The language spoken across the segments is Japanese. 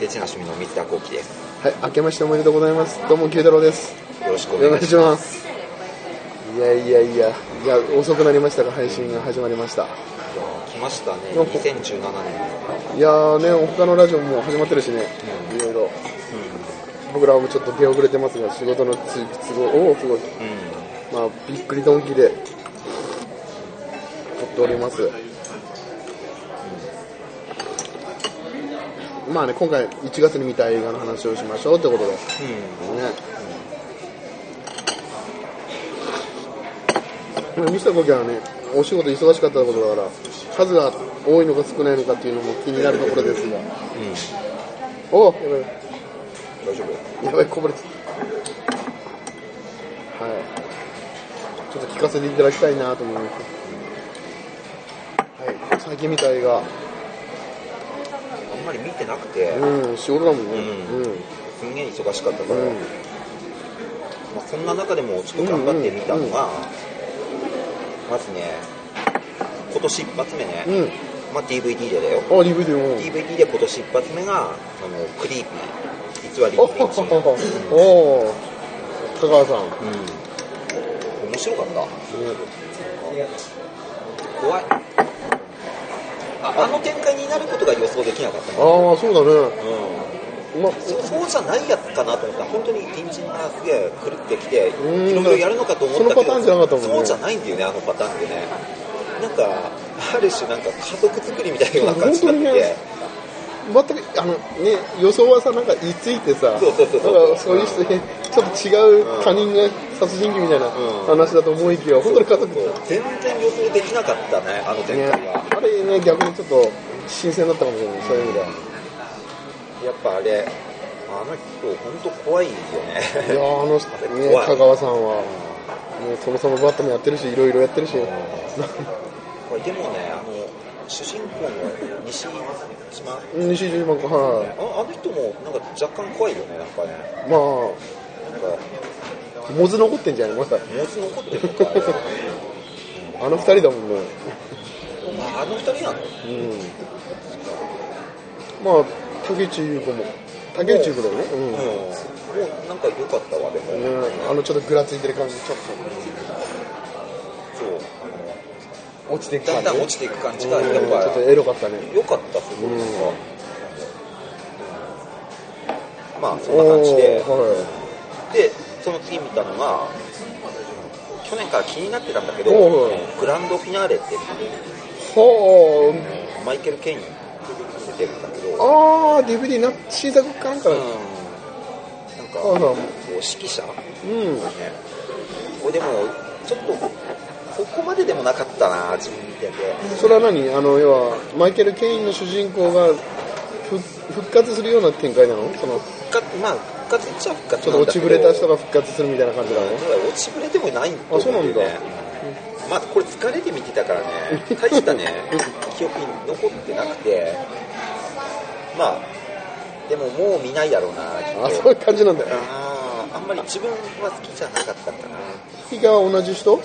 エッチな趣味の水田幸喜ですはい、明けましておめでとうございます。どうも、九太郎です。よろしくおお願願いいししまます。いやいやいや、いや、遅くなりましたが、配信が始まりました。すいやー来ましたねなん2017か年いやーね、他のラジオも始まってるしね、いろいろ。僕らもちょっと出遅れてますが、仕事のつ都合、おーすごい。うん、うん、まあ、びっくりドンキーで、撮っております。まあね、今回1月に見た映画の話をしましょうってことで。ね。ミスターコキはね、お仕事忙しかったことだから、数が多いのか少ないのかっていうのも気になるところですが。うんおやばい大丈夫やばい、こぼれてたはい。ちょっと聞かせていただきたいなと思います。はい、最近見た映画。あんまり見てなくて、うん、仕事だもんね。うんうん。すんげえ忙しかったから、うん。まあ、そんな中でもちょっと頑張ってみたのが、まずね今年一発目ね、うん。まあ、DVD でだよあ、DVD も。 DVD で今年一発目があのクリーピー偽りおのリンチ、うん、おー香川さん、ね、面白かった怖いああの展開になることが予想できなかったねああそうだねうんまそうそうじゃないやつかなと思ったら本当に隣人がすげえ狂ってきていうんろいろやるのかと思ったけどそのパターンじゃなかったもんねそうじゃないんだよねあのパターンってねなんかある種なんか家族作りみたいな感じになってて全くあのね予想はさなんか言いついてさそうそうそうそうなんかそういう人、ねちょっと違う他人が殺人鬼みたいなうん話だと思いきや本当に家族だ全然予想できなかったねあの展ね開は、あれね逆にちょっと新鮮だったかもしれないそういう意味ではやっぱあれあの人本当怖いよいやねーあの人ね怖い香川さんはもうそもそもバットもやってるしいろいろやってるしうん これでもねあの主人公の西島あ西島君はあの人もなんか若干怖いよねなんかねいまあなんかモズ残ってんじゃないまさもつ残ってるのかあれはあの二人だもんね。ああの二人なのうん。まあ、竹内優子も。竹内優子だよね。うんもうなんか良かったわでも、うん。ねあのちょっとぐらついてる感じ、ちょっそうと落ちていくだ感んじ。だん落ちていく感じがうんやっちょっぱとエロかったね。良かったすごいですうまあそんな感じでおーはでその次見たのが去年から気になってたんだけどおうグランドフィナーレってい。ほマイケル・ケイン出てるんだけどう。あー、DVD な、新作かなんかだうんよ。なんかあらこう指揮者うん。ね、これでもちょっとここまででもなかったな自分見ててそれは何あの、要は、マイケル・ケインの主人公が、ふ復活するような展開なのその、復活まあ復活っちゃ復ち活ょっと落ちぶれた人が復活するみたいな感じなのただ落ちぶれてもないとあそう思なうんんだだよねまあこれ疲れて見てたからね大した ね記憶に残ってなくてまあでももう見ないだろうなきっとあ、そういう感じなんだよ。あーあんまり自分は好きじゃなかったかなヒガは同じ人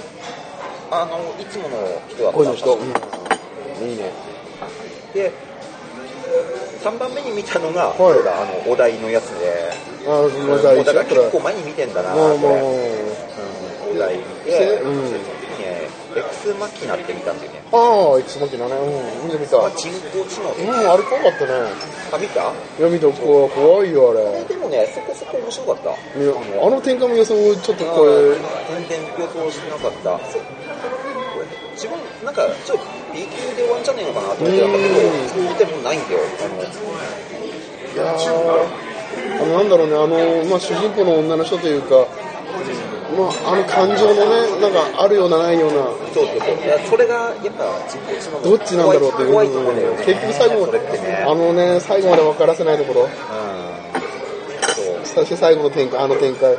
あのいつもの人だったこういうの人うんうんいいね。で3番目に見たのが、はいそうだあのお題のやつで、ああ、もうじゃあもう一だから緒だから。結構前に見てんだなもうこもれうもう。お題見て、うそんの時にねエクスマキナって見たんだよねああ、いつもきだね。うん、見てみた。まあう人工知能ってん、あれ怖かったね。あ見たいや、見た、怖い怖いよ、あこれれ。でもねそこそこ面白かったいやあの展開も予想、ちょっとこうんれ、全然予想してなかったそうこれ自分なんかちょっと B 級で終わんじゃねえのかなと思ってたんだけどうんそういう点もないんだよあのいやーあの、なんだろうね、あの、まあ、主人公の女の人というか、まあ、あの感情のね、なんかあるようなないような、そうそうそういやそれがやっぱ人工知能のどっちなんだろうっていう。怖いとこだよね結局最後そまれでってね、あのね、最後まで分からせないところ。うんそうそして最後の展開、あの展開。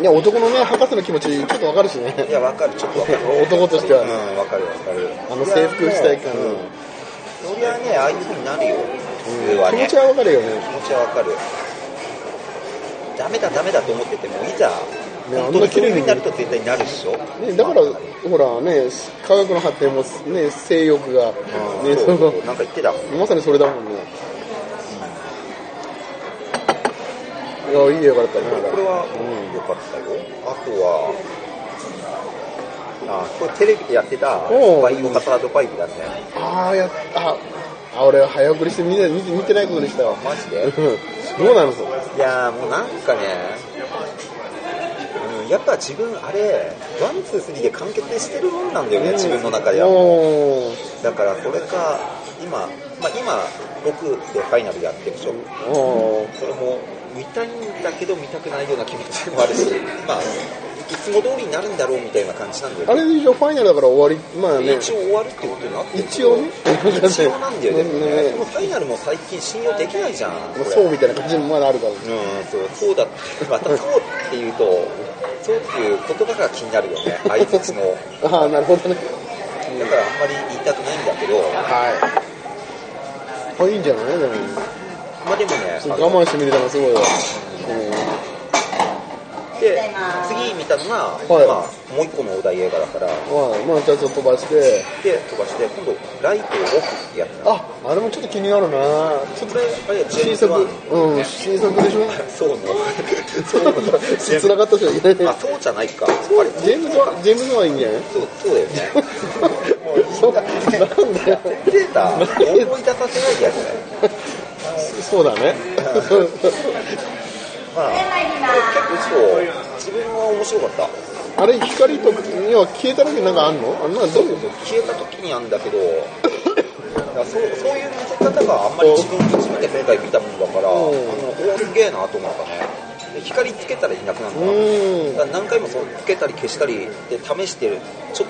いや、男のね、博士の気持ち、ちょっとわかるしね。いや、わかる、ちょっとわかる。男としてはねうん、わかるわかる。あの制服したい感うん。そりゃね、ああいう風になるよ。普通は気ね。持ちはわかるよね。気持ちはわかる。ダメだ、ダメだと思ってても、いざ、ね本当にあんな綺麗そにういう風になると絶対なるでしょ。ね、だから、ほらね、科学の発展も、ね、性欲が、うんね、そそうそうのなんか言ってたもん。まさにそれだもんね。うんあいい映画だったねあれこれは良かったよ、あとはあこれテレビでやってたおうバイオハザード5だねああやっああ俺早送りして見て見て見てないことにしたわ マジ でうんどうなのそれいやーもうなんかね、うん、やっぱ自分あれワンツースリーで完結してるもんなんだよね、自分の中ではおーだからこれか今、まあ、今僕でファイナルやってるでしょおーそれも見たいんだけど見たくないような気持ちもあるし、まあ、いつも通りになるんだろうみたいな感じなんだよあねれで一応ファイナルだから終わりまあね一応終わるってことになってるけど一応ね一応なんだよねねでもファイナルも最近信用できないじゃんこまれあそうみたいな感じもまだあるからねうんそうそうだってまたそうっていうとそうっていう言葉が気になるよ ね相槌のああなるほどねだからあんまり言いたくないんだけどはいあいいんじゃないでもまあでもねあの我慢して見てたのがすごいわうんで次見たのが、いまあ、もう一個のお題映画だからまあまあじゃあちょっと飛ばしてで飛ばして今度ライトオフってやつなああれもちょっと気になるなちょっこれあれとジェームズ新作ワンうん新作でしょ そう ねそうつながったしかいないあそうじゃないかあれジェームズはジェームズはいいんじゃないそうそうだよね そうなんだよデータ思い出させないやつだよそうだねまあ結構自分は面白かったあれ光とには消えた時なんかあんのあんなどういうこ消えた時にあんだけどだからそうそういう見せ方があんまり自分初めて今回見たもんだからあのおおすげえなと思ったねで光つけたらいなくなるとのかうなーんだから何回もそうつけたり消したりで試してるちょっ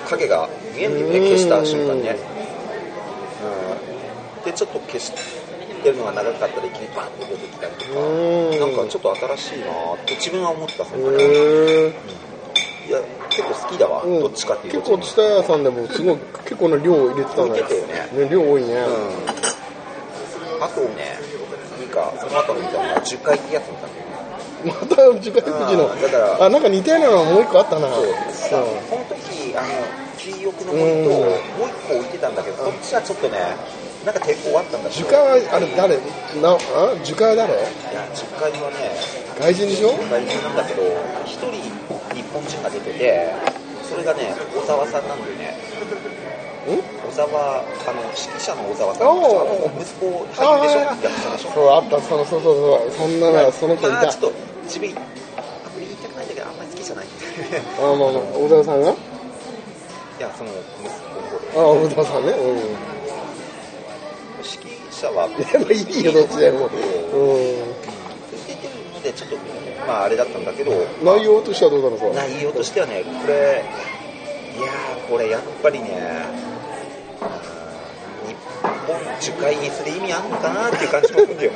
と影が見えんだよねうん消した瞬間ねうんでちょっと消してるのが長かったら一気にバッと出てきたりとうーかんなんかちょっと新しいなって自分は思ったそれからいへーや結構好きだわうんどっちかっていうと結構蔦屋さんでもすごい結構な量入れてたん入だれてたよ量多いね、うんあとね、なんか、その後見たのが10回ってやつ見たんだよね。また次回時のうんだからあなんか似たようなのもう一個あったなそううこんの時、あの、追憶の森と、うもんう一個置いてたんだけど、こっちはちょっとね、なんか抵抗あったんだけ樹ど。海はあれ誰なあ樹海は誰いや、10回はね、外人でしょ大事なんだけど、一人日本人が出てて、それがね、小沢さんなんだよね。ん小沢、あの、指揮者の小沢さん。あおうの、息子、俳優でしょあー役者でしょそうあったそのそうそうそうそんなのその子いまあたちょっと、自分、あんまり言いたくないんだけど、あんまり好きじゃないんだよね。あまあまあ小沢さんがあいや、その、息子の 方で。小沢さんねうん指揮者は、でもいいよどっちでもう出てるので、ちょっと、まあ、あれだったんだけど、ん内容としてはどうなのさ内容としてはね、これ、いやー、これやっぱりね、うん日本受会にする意味あんのかなっていう感じもするん だよ。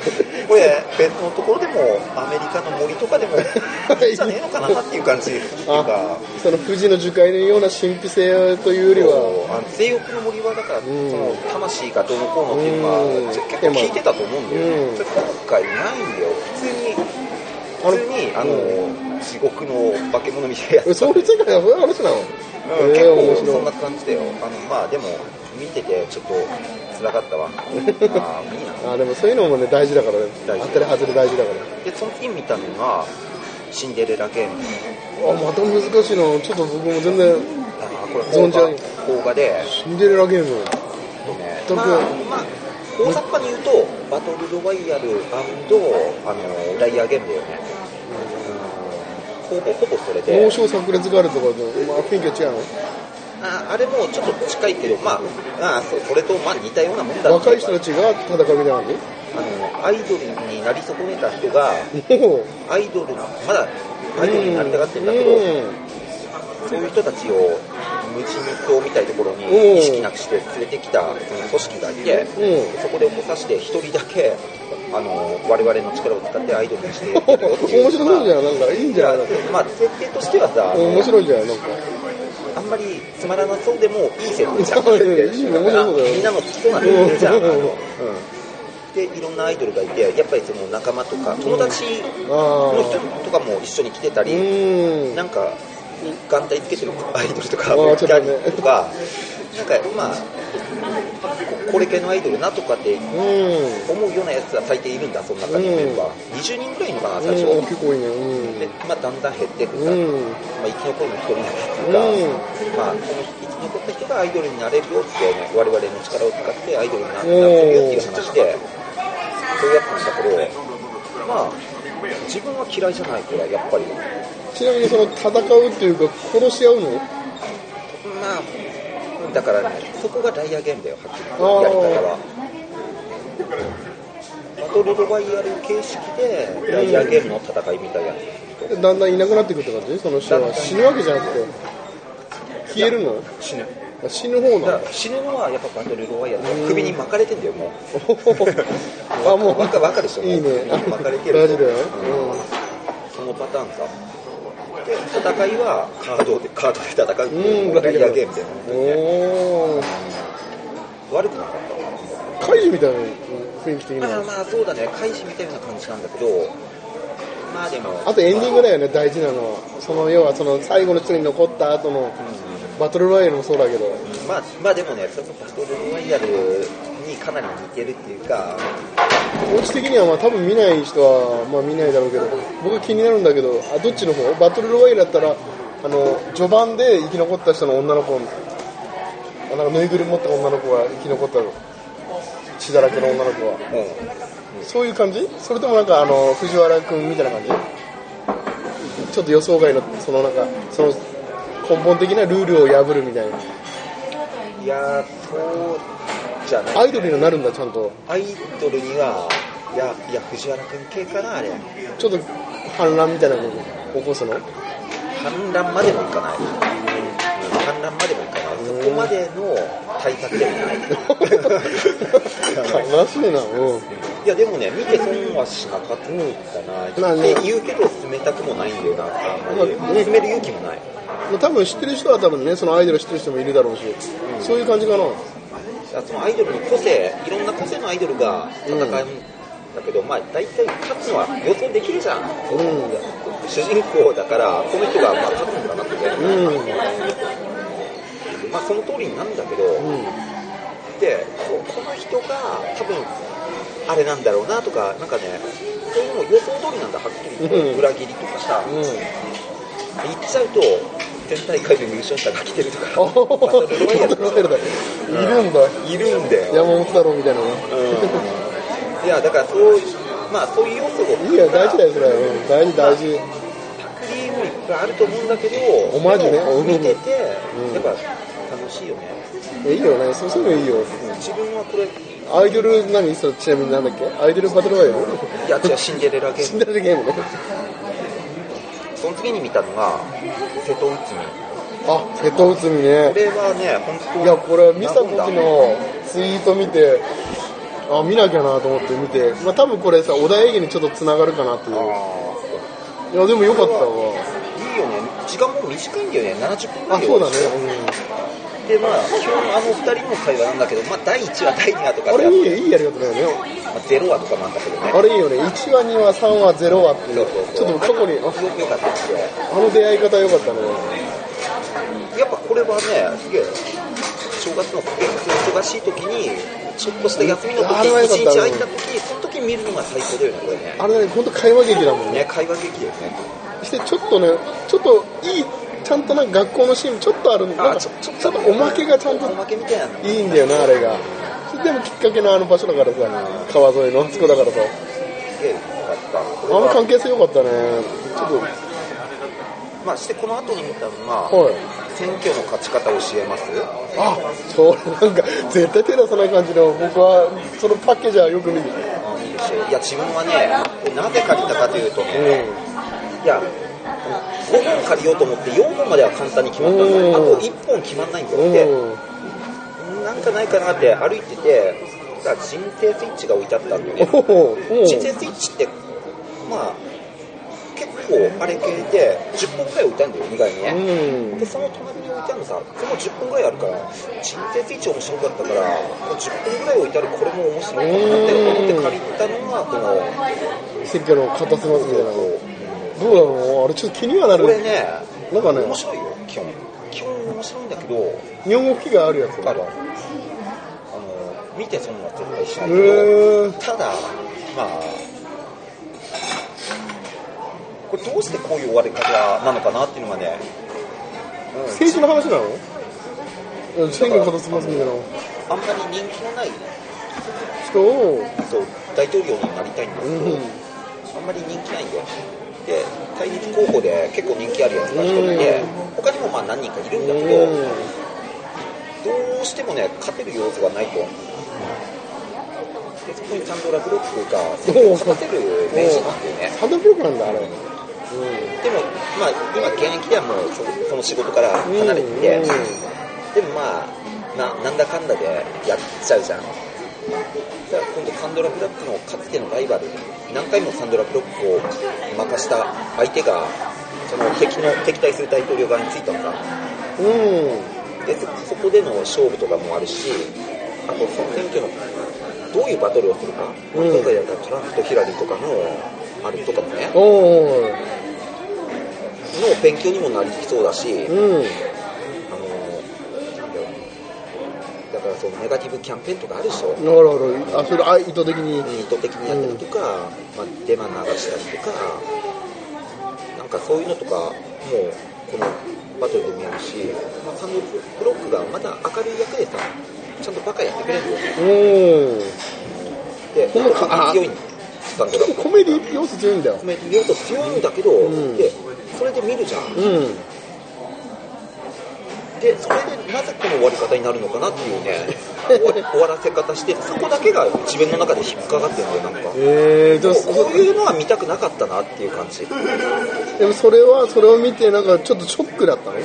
これ、別のところでも、アメリカの森とかでも、いいんじゃねえのかなっていう感じっていうかあ。その富士の樹海のような神秘性というよりはあの性欲の森はだから、んその魂がどうのこうのっていうのうがん結構聞いてたと思うんだよね、うんそれ今回ないんだよあ普れ通に普通にあの、地獄の化け物みたいなやつ、えそういう世界はそういう話なのうんええ面結構そ白んいな感じだよあのまあでも見ててちょっと辛かったわああいいなあでもそういうのもね大事だからね大事当たり外れ大事だからでその次見たのがシンデレラゲームあまた難しいなちょっと僕も全あ然ーこれ邦存じ上げ画邦画でシンデレラゲームね全くまあ、まあ、大雑把に言うと、バトルロワイヤルあのライアーゲームだよね。ほぼほぼそれで王、将炸裂ガールとかで、まあ、雰囲気は違うああれもちょっと近いけど、まあ、あそそれとまあ似たようなもんだの若いあ人たちが戦うみたいな感のアイドルになり損ねた人が、じもうアイドル、まだアイドルになりたがってるんだけうど、んそういう人たちを無人島みたいなところうんに意識なくして連れてきたその組織がいて、うんそこで起こさして一人だけあの我々の力を使ってアイドルにしてやってるよっていう面白そうじゃんなんかいいんじゃないなんかまあ、まあ設定としてはさ、面白いじゃんなんかあんまりつまらなそうでもいい設定じゃんいいね面白そうだよみんなの好きそうな設定じゃんあのでいろんなアイドルがいてやっぱりその仲間とか友達あの人とかも一緒に来てたあうり、んなんか眼帯つけてるアイドルとかあーキャリーとかなんかまあここれ系のアイドルなとかってうん思うようなやつは大抵いるんだその中にメンバー、20人ぐらいいるのかな最初、うん結構いいねうんでまあ、だんだん減っていくさ、うんまあ、生き残るの一人なりとか、まあ、この生き残った人がアイドルになれるよって、ね、我々の力を使ってアイドルにななってるよっていう話で、そういうやつなんだけど、まあ、自分は嫌いじゃないから、やっぱり、ちなみにその戦うっていうか殺し合うのまあ、だからね、そこがダイヤゲームだよ、はっきり言ってあーやり方は。バトルロワイヤル形式で、ダイヤゲームの戦いみたいなやつだんだんいなくなっていくって感じその人は死ぬわけじゃなくて消えるの死ぬあ死ぬだか方なんだら死ぬのはやっぱバトルロワイヤルで首に巻かれてんだよも うあもうわかわかるでしょいいねもう巻かれてる大事だよ、そのパターンさで戦いはカードでカードで戦うってうんいうのがリアゲームでうん、おお悪くなかった怪獣みたいな雰囲気的まあなまあそうだね開始みたいな感じなんだけどまあでもあとエンディングだよね大事なのはその要はその最後の人に残った後のバトルロイヤルもそうだけどまあ、まあでもね、そのバトルロワイヤルにかなり似てるっていうか、オチ的にはまあ多分見ない人はまあ見ないだろうけど僕気になるんだけどあどっちの方バトルロワイヤルだったらあの序盤で生き残った人の女の子あなんかぬいぐるみ持った女の子が生き残ったの血だらけの女の子はうん、そういう感じそれともなんかあの藤原君みたいな感じちょっと予想外のそのなんかその根本的なルールを破るみたいないやー、そうじゃないアイドルにはなるんだちゃんとアイドルには、いや、いや藤原君系かな、あれ、ちょっと反乱みたいなこと起こすの反乱までもいかない、反乱までもいかない、そこまでの対策でもない、 悲しいなうんいや、でもね、見て損はしなかったな、まあっねて言うけど、進めたくもないんだよな、あんまりまあね進める勇気もない。多分知ってる人は多分ねそのアイドル知ってる人もいるだろうし、そういう感じかなそのアイドルの個性、いろんな個性のアイドルが戦うんだけど、まあ大体勝つのは予想できるじゃん、主人公だから、この人がまあ勝つんだなって、うんうんまあ、その通りになるんだけど、でここの人が多分あれなんだろうなとか、なんかね、そういうの予想通りなんだ、はっきり言って、うん裏切りとかさ、う言んっちゃうと、全大会で優勝者が来てるとか、おおバトルロワイヤルとかいるんだいるんだよ。山本太郎みたいなのうんいやだからそうまあそういう要素もいいよ大事だよそれは、うん、大事大事パクリもいっぱいあると思うんだけどオマージュねでも見てて、うんやっぱ楽しいよね、いいよねそうそういうのいいよ自分はこれいアイドル何それちなみになんだっけアイドルバトルワイヤルや違うシンデレラゲー死ムんだるゲームねその次に見たのが瀬戸内海あ瀬戸内海ねこれはね本当いやこれ見た時なんだのツイート見てあ見なきゃなと思って見て、まあ、多分これさ織田営業にちょっとつながるかなっていうあいやでもよかったわーいいよね時間も短いんだよね70分ぐらあいそうだね、でまあ基本あの二人の会話なんだけどまあ第1話第2話とかうん、さあれいいねいいやり方だよねまあ、0話とかなんだけどねあれいいよね1話2話3話0話っていそううそうそうちょっと過去によあくよかったですよあの出会い方よかったねやっぱこれはね、すげえ、正月の月末忙しい時に、ちょっとした休みの時あれは良かっ一たね日空いた時その時見るのが最高だよね、これね。あれだね本当会話劇だもんねね、会話劇だよね。そしてちょっとねちょっといいちゃんとなんか学校のシーンちょっとあるなんかちちょょちょっとおまけがちゃんとおまけみたいなの。いいんだよなあれがそれでもきっかけのあの場所だからさ川沿いのあそこだからさすげえ良かった。あこれのは関係性よかったねちょっとまあ、してこの後に見たのが、はい選挙の勝ち方を教えますあそれなんか絶対手出さない感じの僕はそのパッケージはよく見るあいいですよいや、自分はね、なぜ借りたかというとね、ういや、5本借りようと思って4本までは簡単に決まったんだけど、あと1本決まんないんだよんって。うんなんかないかなって歩いてて、さ人生スイッチが置いてあったんだよね。おお人生スイッチって、まあ、結構あれ系で、10本くらい置いてあるんだよ、意外にうね。んで、その隣に置いてあるのさ、その10本ぐらいあるから、人生スイッチ面白かったから、この10本ぐらい置いてある、これも面白いかなって思って借りたのが、この、選挙の片隅みたいなのどこうだろうあれちょっと気にはなれるね、なんかね面白いよ、基本。基本面白いんだけど、日本語吹きがあるやつあるあるあの見て損は絶対しないけど、へえただまあこれどうしてこういう終わり方なのかなっていうのがね、うん政治の話なの選挙片付けますみたいなあんまり人気のない人をそう大統領になりたいんだけうど、んうんあんまり人気ないんだよで対立候補で結構人気あるやつが一人いてうん他にもまあ何人かいるんだけど、どうしてもね、勝てる要素がないと。で、そこにちゃんと落語っていうか、そこを勝てる名刺なんだよね。ハンドブロックなんだあれうんでも、まあ、今現役ではもうそ、その仕事から離れてて、うんでもまあ、な、なんだかんだでやっちゃうじゃん。だから今度サンドラ・ブロックのかつてのライバル、何回もサンドラ・ブロックを任した相手が、その敵の、敵対する大統領側についたのか。うんでそそこでの勝負とかもあるし、あとその選挙のどういうバトルをするか、うん今回だったらトランプとヒラリーとかのあれとかもね、のおー勉強にもなりそうだし、あのうんーなんだろうだからそのネガティブキャンペーンとかあるでしょ、なるほどあそれあ意図的に意図的にやったりとか、まあ、デマ流したりとか、なんかそういうのとかも、このバトルで見えるし、まあ、サンドブロックがまた明るい役でさ、ちゃんとバカやってくれるよね。うんで、このあ強いんだよサンドラ結構コメディ要素強いんだよコメディ要素強いんだけど、んで、それで見るじゃん。うんで、それでなぜこの終わり方になるのかなっていうね、 終わり終わらせ方して、そこだけが自分の中で引っかかってるんだよ、なんか。えー、でもこうこういうのは見たくなかったなっていう感じ。いでもそれはそれを見てなんかちょっとショックだったね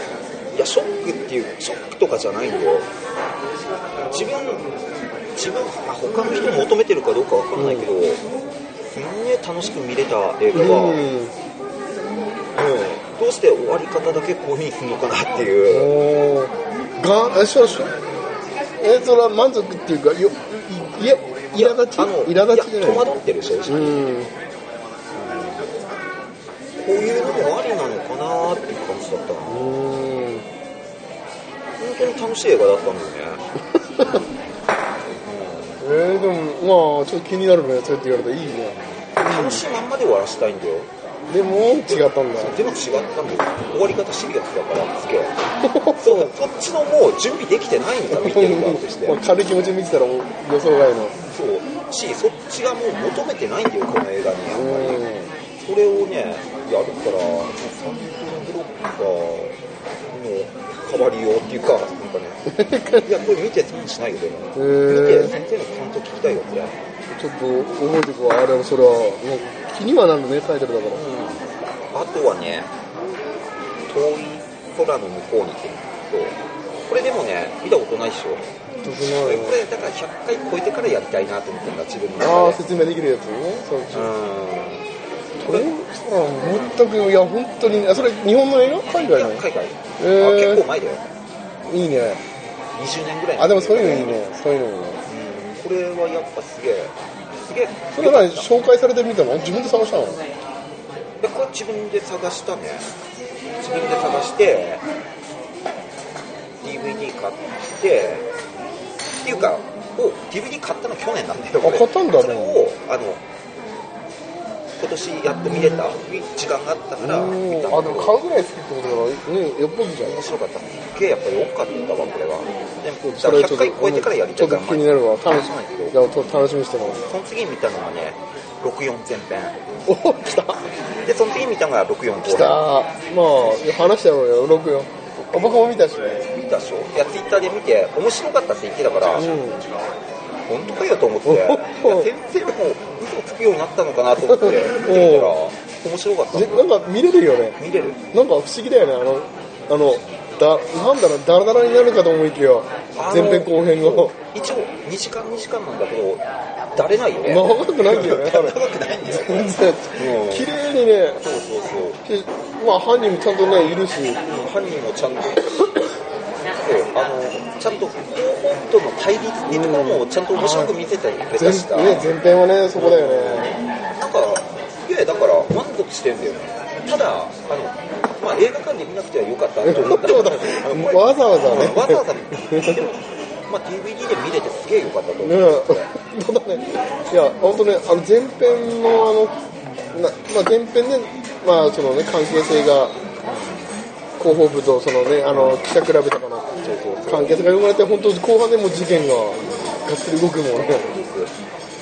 や、ショックっていう、ショックとかじゃないんだよ。自分、自分、まあ他の人求めてるかどうかわからないけど、すんげえ楽しく見れた映画が、うんどうして終わり方だけこういう風にするのかなっていう、おがえそうそうえそれは満足っていうかよいいや苛立ちあの苛立ちじゃいなやい戸惑ってる正直、こうんういうのもありなのかなっていう感じだったな本うん当に楽しい映画だったんだよねえー、でもまあちょっと気になるねそうやって言われたらいいね楽しいまんまで終わらせたいんだよでも違ったんだでも違ったんだよ終わり方シリアスだからすげえそうこっちのもう準備できてないんだ見てる側と して まあ軽い気持ちで見てたら予想外のそうしそっちがもう求めてないんだよこの映画にやっぱり、うんそれをね、やるから、サンプルブロックの代わりようっていうか、なんかね、いや、これ見て損しないよ、でも。見ーて、先生の感想聞きたいよ、これ。ちょっと覚えてくわあれはそれはもう気にはなるねタイトルだからあとはね、遠い空の向こうにっていうのと、これでもね、見たことないでしょ。得こなれ、いこれだから100回超えてからやりたいなと思ってんだ、自分の中ああで。説明できるやつねそううこれは全くいや本当にあそれ日本の映画海ん。い外やの、海外。えあー結構前だよ。いいね20年ぐらい前あでもそういうのいいねそういうのいいねうんこれはやっぱすげえすげえそれは何紹介されてみたの自分で探したのでこれ自分で探したね自分で探して DVD 買ってっていうかお DVD 買ったの去年なんだよあ買ったんだねそれをあの今年やっと見れた時間があったから見たんだけどあでも買うぐらい好きってことだからねよっぽどじゃん面白かったすっげえやっぱ良かったわこれはでもそれ100回超えてからやりちたょいかっとら気になるわ楽しまあみじゃあと楽しみにしてますその次に見たのはね64前編お来たで、その次見たのが64後来たまあ話したやろうよ6よあ僕も見たしね見たでしょいや、ツイッターで見て、面白かったって言ってたから、うん本当かよと思って、いおや先生も嘘つくようになったのかなと思って、見てみたら、面白かったで。なんか見れるよね見れるなんか不思議だよねあのあのだなんだろうダラダラになるかと思いきやあの前編後編が一応、2時間2時間なんだけど、だれないよね。長くないんだ よね長くないんだよ。全然 綺麗にねそうそうそう。しまあ犯人もちゃんとねいるし犯人もちゃ んと、そうあの、ちゃんと、との対立っていうところもちゃんと面白く見せてくれ前,、たしさね、前編はねそこだよねなんか、すげえだから満足してんだよね。ただ、あの、まあ映画館で見なくてはよかったと思ったそうだわざわざねわざわざ見たでも、まあ、DVD で見れてすげえよかったと思ねう、え、ただね、いや、本当ね、あの前編のあの、なまあ、前編で、まあそのね、関係性が、広報部とそのね、あの記者クラブとかのそうそうそう関係性が生まれて、本当、後半でもう事件ががっつり動くもんね、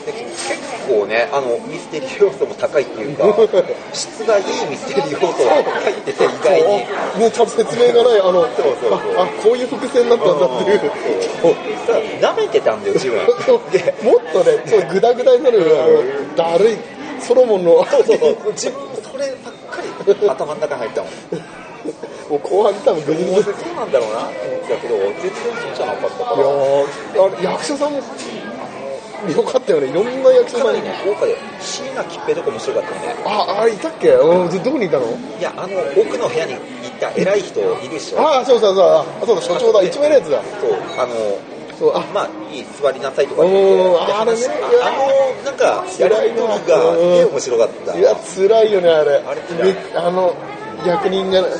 で結構ねあのミステリー要素も高いっていうか質がいいミステリー要素が入ってて意外にもう多分説明がない、あの、あそうそうあこういう伏線になったんだっていう。そうなめてたんだよ自分そうでもっとね、そうグダグダになる、あのだるい、ソロモンの、そうそうそう自分もそればっかり頭の中に入ったもんもう後半で多分ぐずぐずそうなんだろうなだけど全然そうじゃなかったかいやらーあれ役者さんもよかったよねいろんな役か者さなんりね豪華で椎名桔平とか面白かったよねああいたっけうんどどこにいたのいやあの奥の部屋に行った偉い人いるでしょああそうそうそうあそうだ所長だ一番偉いやつだそうあのそうあまあいい座りなさいとか言ってうんであれね話ああのなんかやり取りがうんね面白かったいや辛いよねあれあれ辛いめあの役人がそう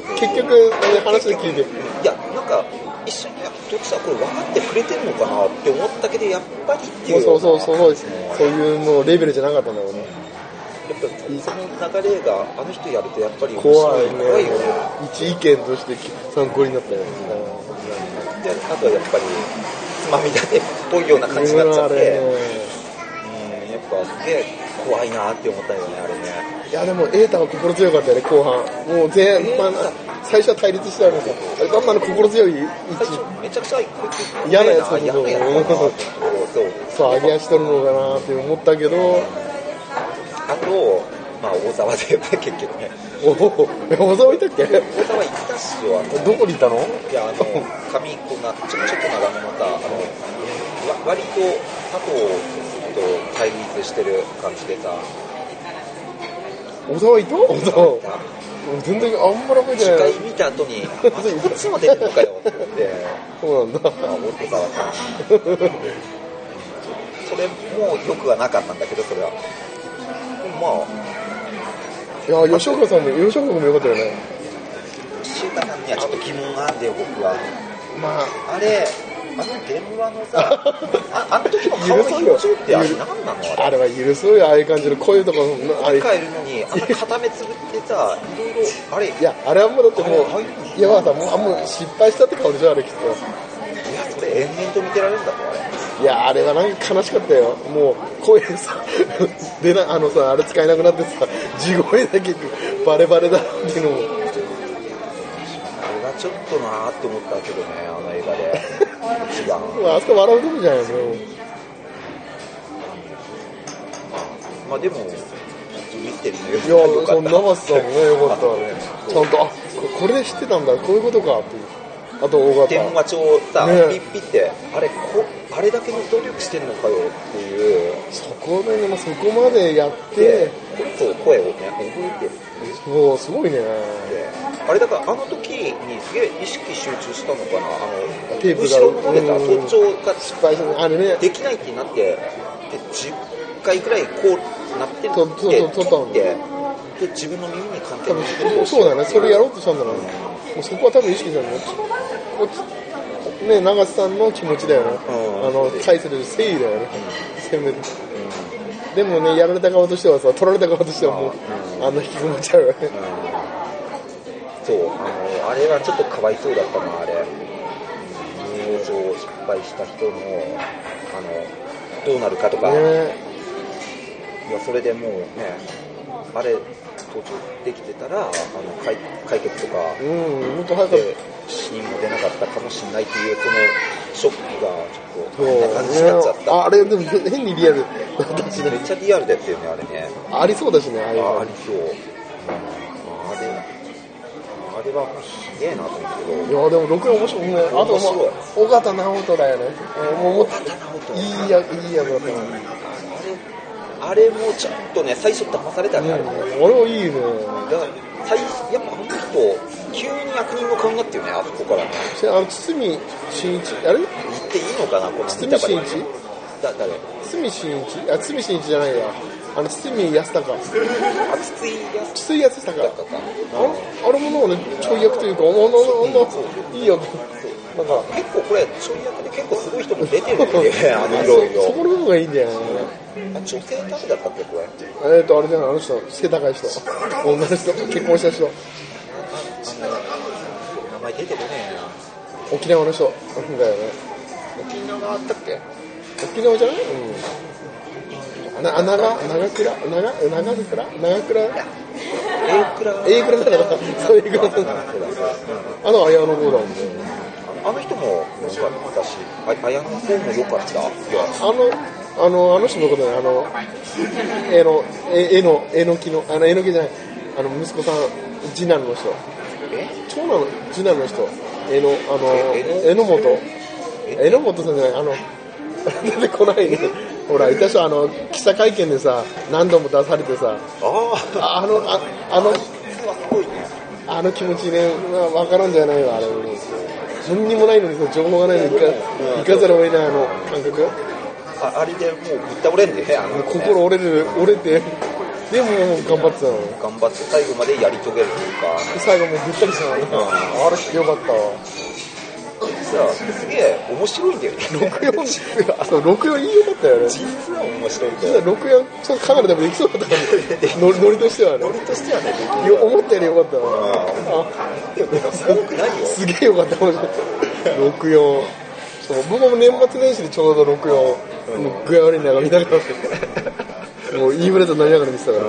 そう結局あれ話で聞いていやなんか一緒にやってたこれ分かってくれてるのかなって思ったけどやっぱりっていうそうそうそうそうですねそういうもうレベルじゃなかったんだろうねやっぱその流れがあの人やるとやっぱり面怖白いいね怖いよね一意見として参考になったよねであとはやっぱりつまみ立てっぽいような感じになっちゃっうてんあうんれやっぱすげえ怖いなって思ったよねあれねいやでも瑛太は心強かったよね後半もう前半、最初は対立してたのにさあれガンマの心強い位置最初めちゃくちゃこいつ嫌なやつだと嫌思うなやつだなと思ってそうそう上げ足取るのかなって思ったけどあと、まあ、大沢で、ね、結局 ね、おお小沢いたっけ大沢行ったっすよ、あの、どこにいたのいや、あの、髪こんな、ちょちょっと長めまた、あの、わ割と、佐藤と対立してる感じでさ、小沢いた小沢あ全然あんまり覚えて司ない会見た後に、あ こっちも出てるのかよって思って、そうなんだま あ、大沢さん。それもよくはなかったんだけど、それは。でもまあ、いや吉岡さんも吉岡君もよかったよね岸田さんにはちょっと疑問があるんだよ、僕は。まああれ、あの電話のさ、ああの時の顔の表情ってあれ何なのああれ。れは許そうよああいう感じの声とかもあれ帰るのに、あんな片目つぶってさ、いろいろ、あれ、いいやあれはもうだってもあれああいうう山川さんもうあもう失敗したって顔でしょあれきっとや、それ延々と見てられるんだぞ、あれ。いやあれはなんか悲しかったよもう声さ 出なあのさあれ使えなくなってさ地声だけバレバレだっていうのあもれがちょっとなーって思ったけどね、あの映画で。一番。まああそこ笑うとこじゃないのよまあでも、ミステリーのいやよそのか長っ瀬さんもねよかったわ ねちゃんとあここれ知ってたんだこういうことかっていうあた。と大電型話帳さ、ねピッピって、あれ、こあれだけの努力してんのかよっていう。そこでね、まあ、そこまでやっでて、こいつの声をね、覚えてる。もうすごいねあれだからあの時にすげえ意識集中したのかなあのテープが後ろの方でさうん盗聴が失敗したねあれねできないってなってで10回ぐらいこうなってるそうそうそう撮ったのってで自分の耳に完多全分にそうそうだよねそれやろうとしたんだろうねもうそこは多分意識したんだよこっちね永瀬さんの気持ちだよね、うんあの対する誠意だよね、せめてでもねやられた側としてはさ取られた側としてはもう、あんな引きこもっちゃうよねそうあのあれはちょっとかわいそうだったなあれ入場失敗した人のあのどうなるかとか、ねいやそれでもうねあれ盗聴できてたらあの解解決とかうんもっと早かっで死人も出なかったかもしれないっていうそのショックがちたょっとこんな感じになっちゃった、あれでも変にリアルだったしめねっちゃリアルだったよねあれねありそうだしねああいうあのありそうあれあれはひげえなと思ったけいやでも録音面白いねあとまあ面白い尾形直人だよねもうもっとど直人いいやいい役だったなあれもちょっとね最初騙されたねあれもだ俺もいいねから最やっぱあの人急に悪人の顔になってよねあそこからねせあの堤真一あれ言っていいのかなこの堤真一見た目だ誰堤真一あ堤真一じゃないやあの堤康隆あ筒井康筒井康隆だったかああれもなんかねちょい役というかあんなあんないい役だから結構これちょい役で結構すごい人も出てるんであのいろいそころの部分がいいんだよねあ女性だけだったっけこれえっ、ー、とあれじゃないあの人背高い人女の人結婚した人名前出てこねえな沖縄の人だよね沖縄あったっけ沖縄じゃないうんな長長倉長長倉長倉 A クラ A 倉だからそういうことだあの綾野剛だもんねあの人も良かったし、あ綾野剛も良かった。いや、あのあのあの人のことねあのえのええのえのきのあのえのきじゃないあの息子さん次男の人え長男の次男の人えのあのええの本えの本さんじゃないあの 出てこないねほらいた人あの記者会見でさ何度も出されてさああ、ああのああの実はすごいね。あの気持ちね、まあ、分からんじゃないわ、あれ、何にもないのにさ、情報がないのに行か行かざるを得ないあの感覚、ああれでもうぶっ倒れんでね、あの、心折れる、折れて、でも頑張ってたの、頑張って最後までやり遂げるというか、最後もうぐったりしたの、あれ、よかったわ、さあ、すげえ面白いんだよね。 64、あそう64いいよかったよね、実は面白いんだ実よ。は64、ちょっとカナダでもできそうだったから、ノリノリとしてはね、俺としてはね、よ思ったよりよかったわ、でもすごくないよ。すげえよかった、マジで64。そう僕も年末年始でちょうど64、もう具合悪い中見たからもうインフレとなりながら見てたから、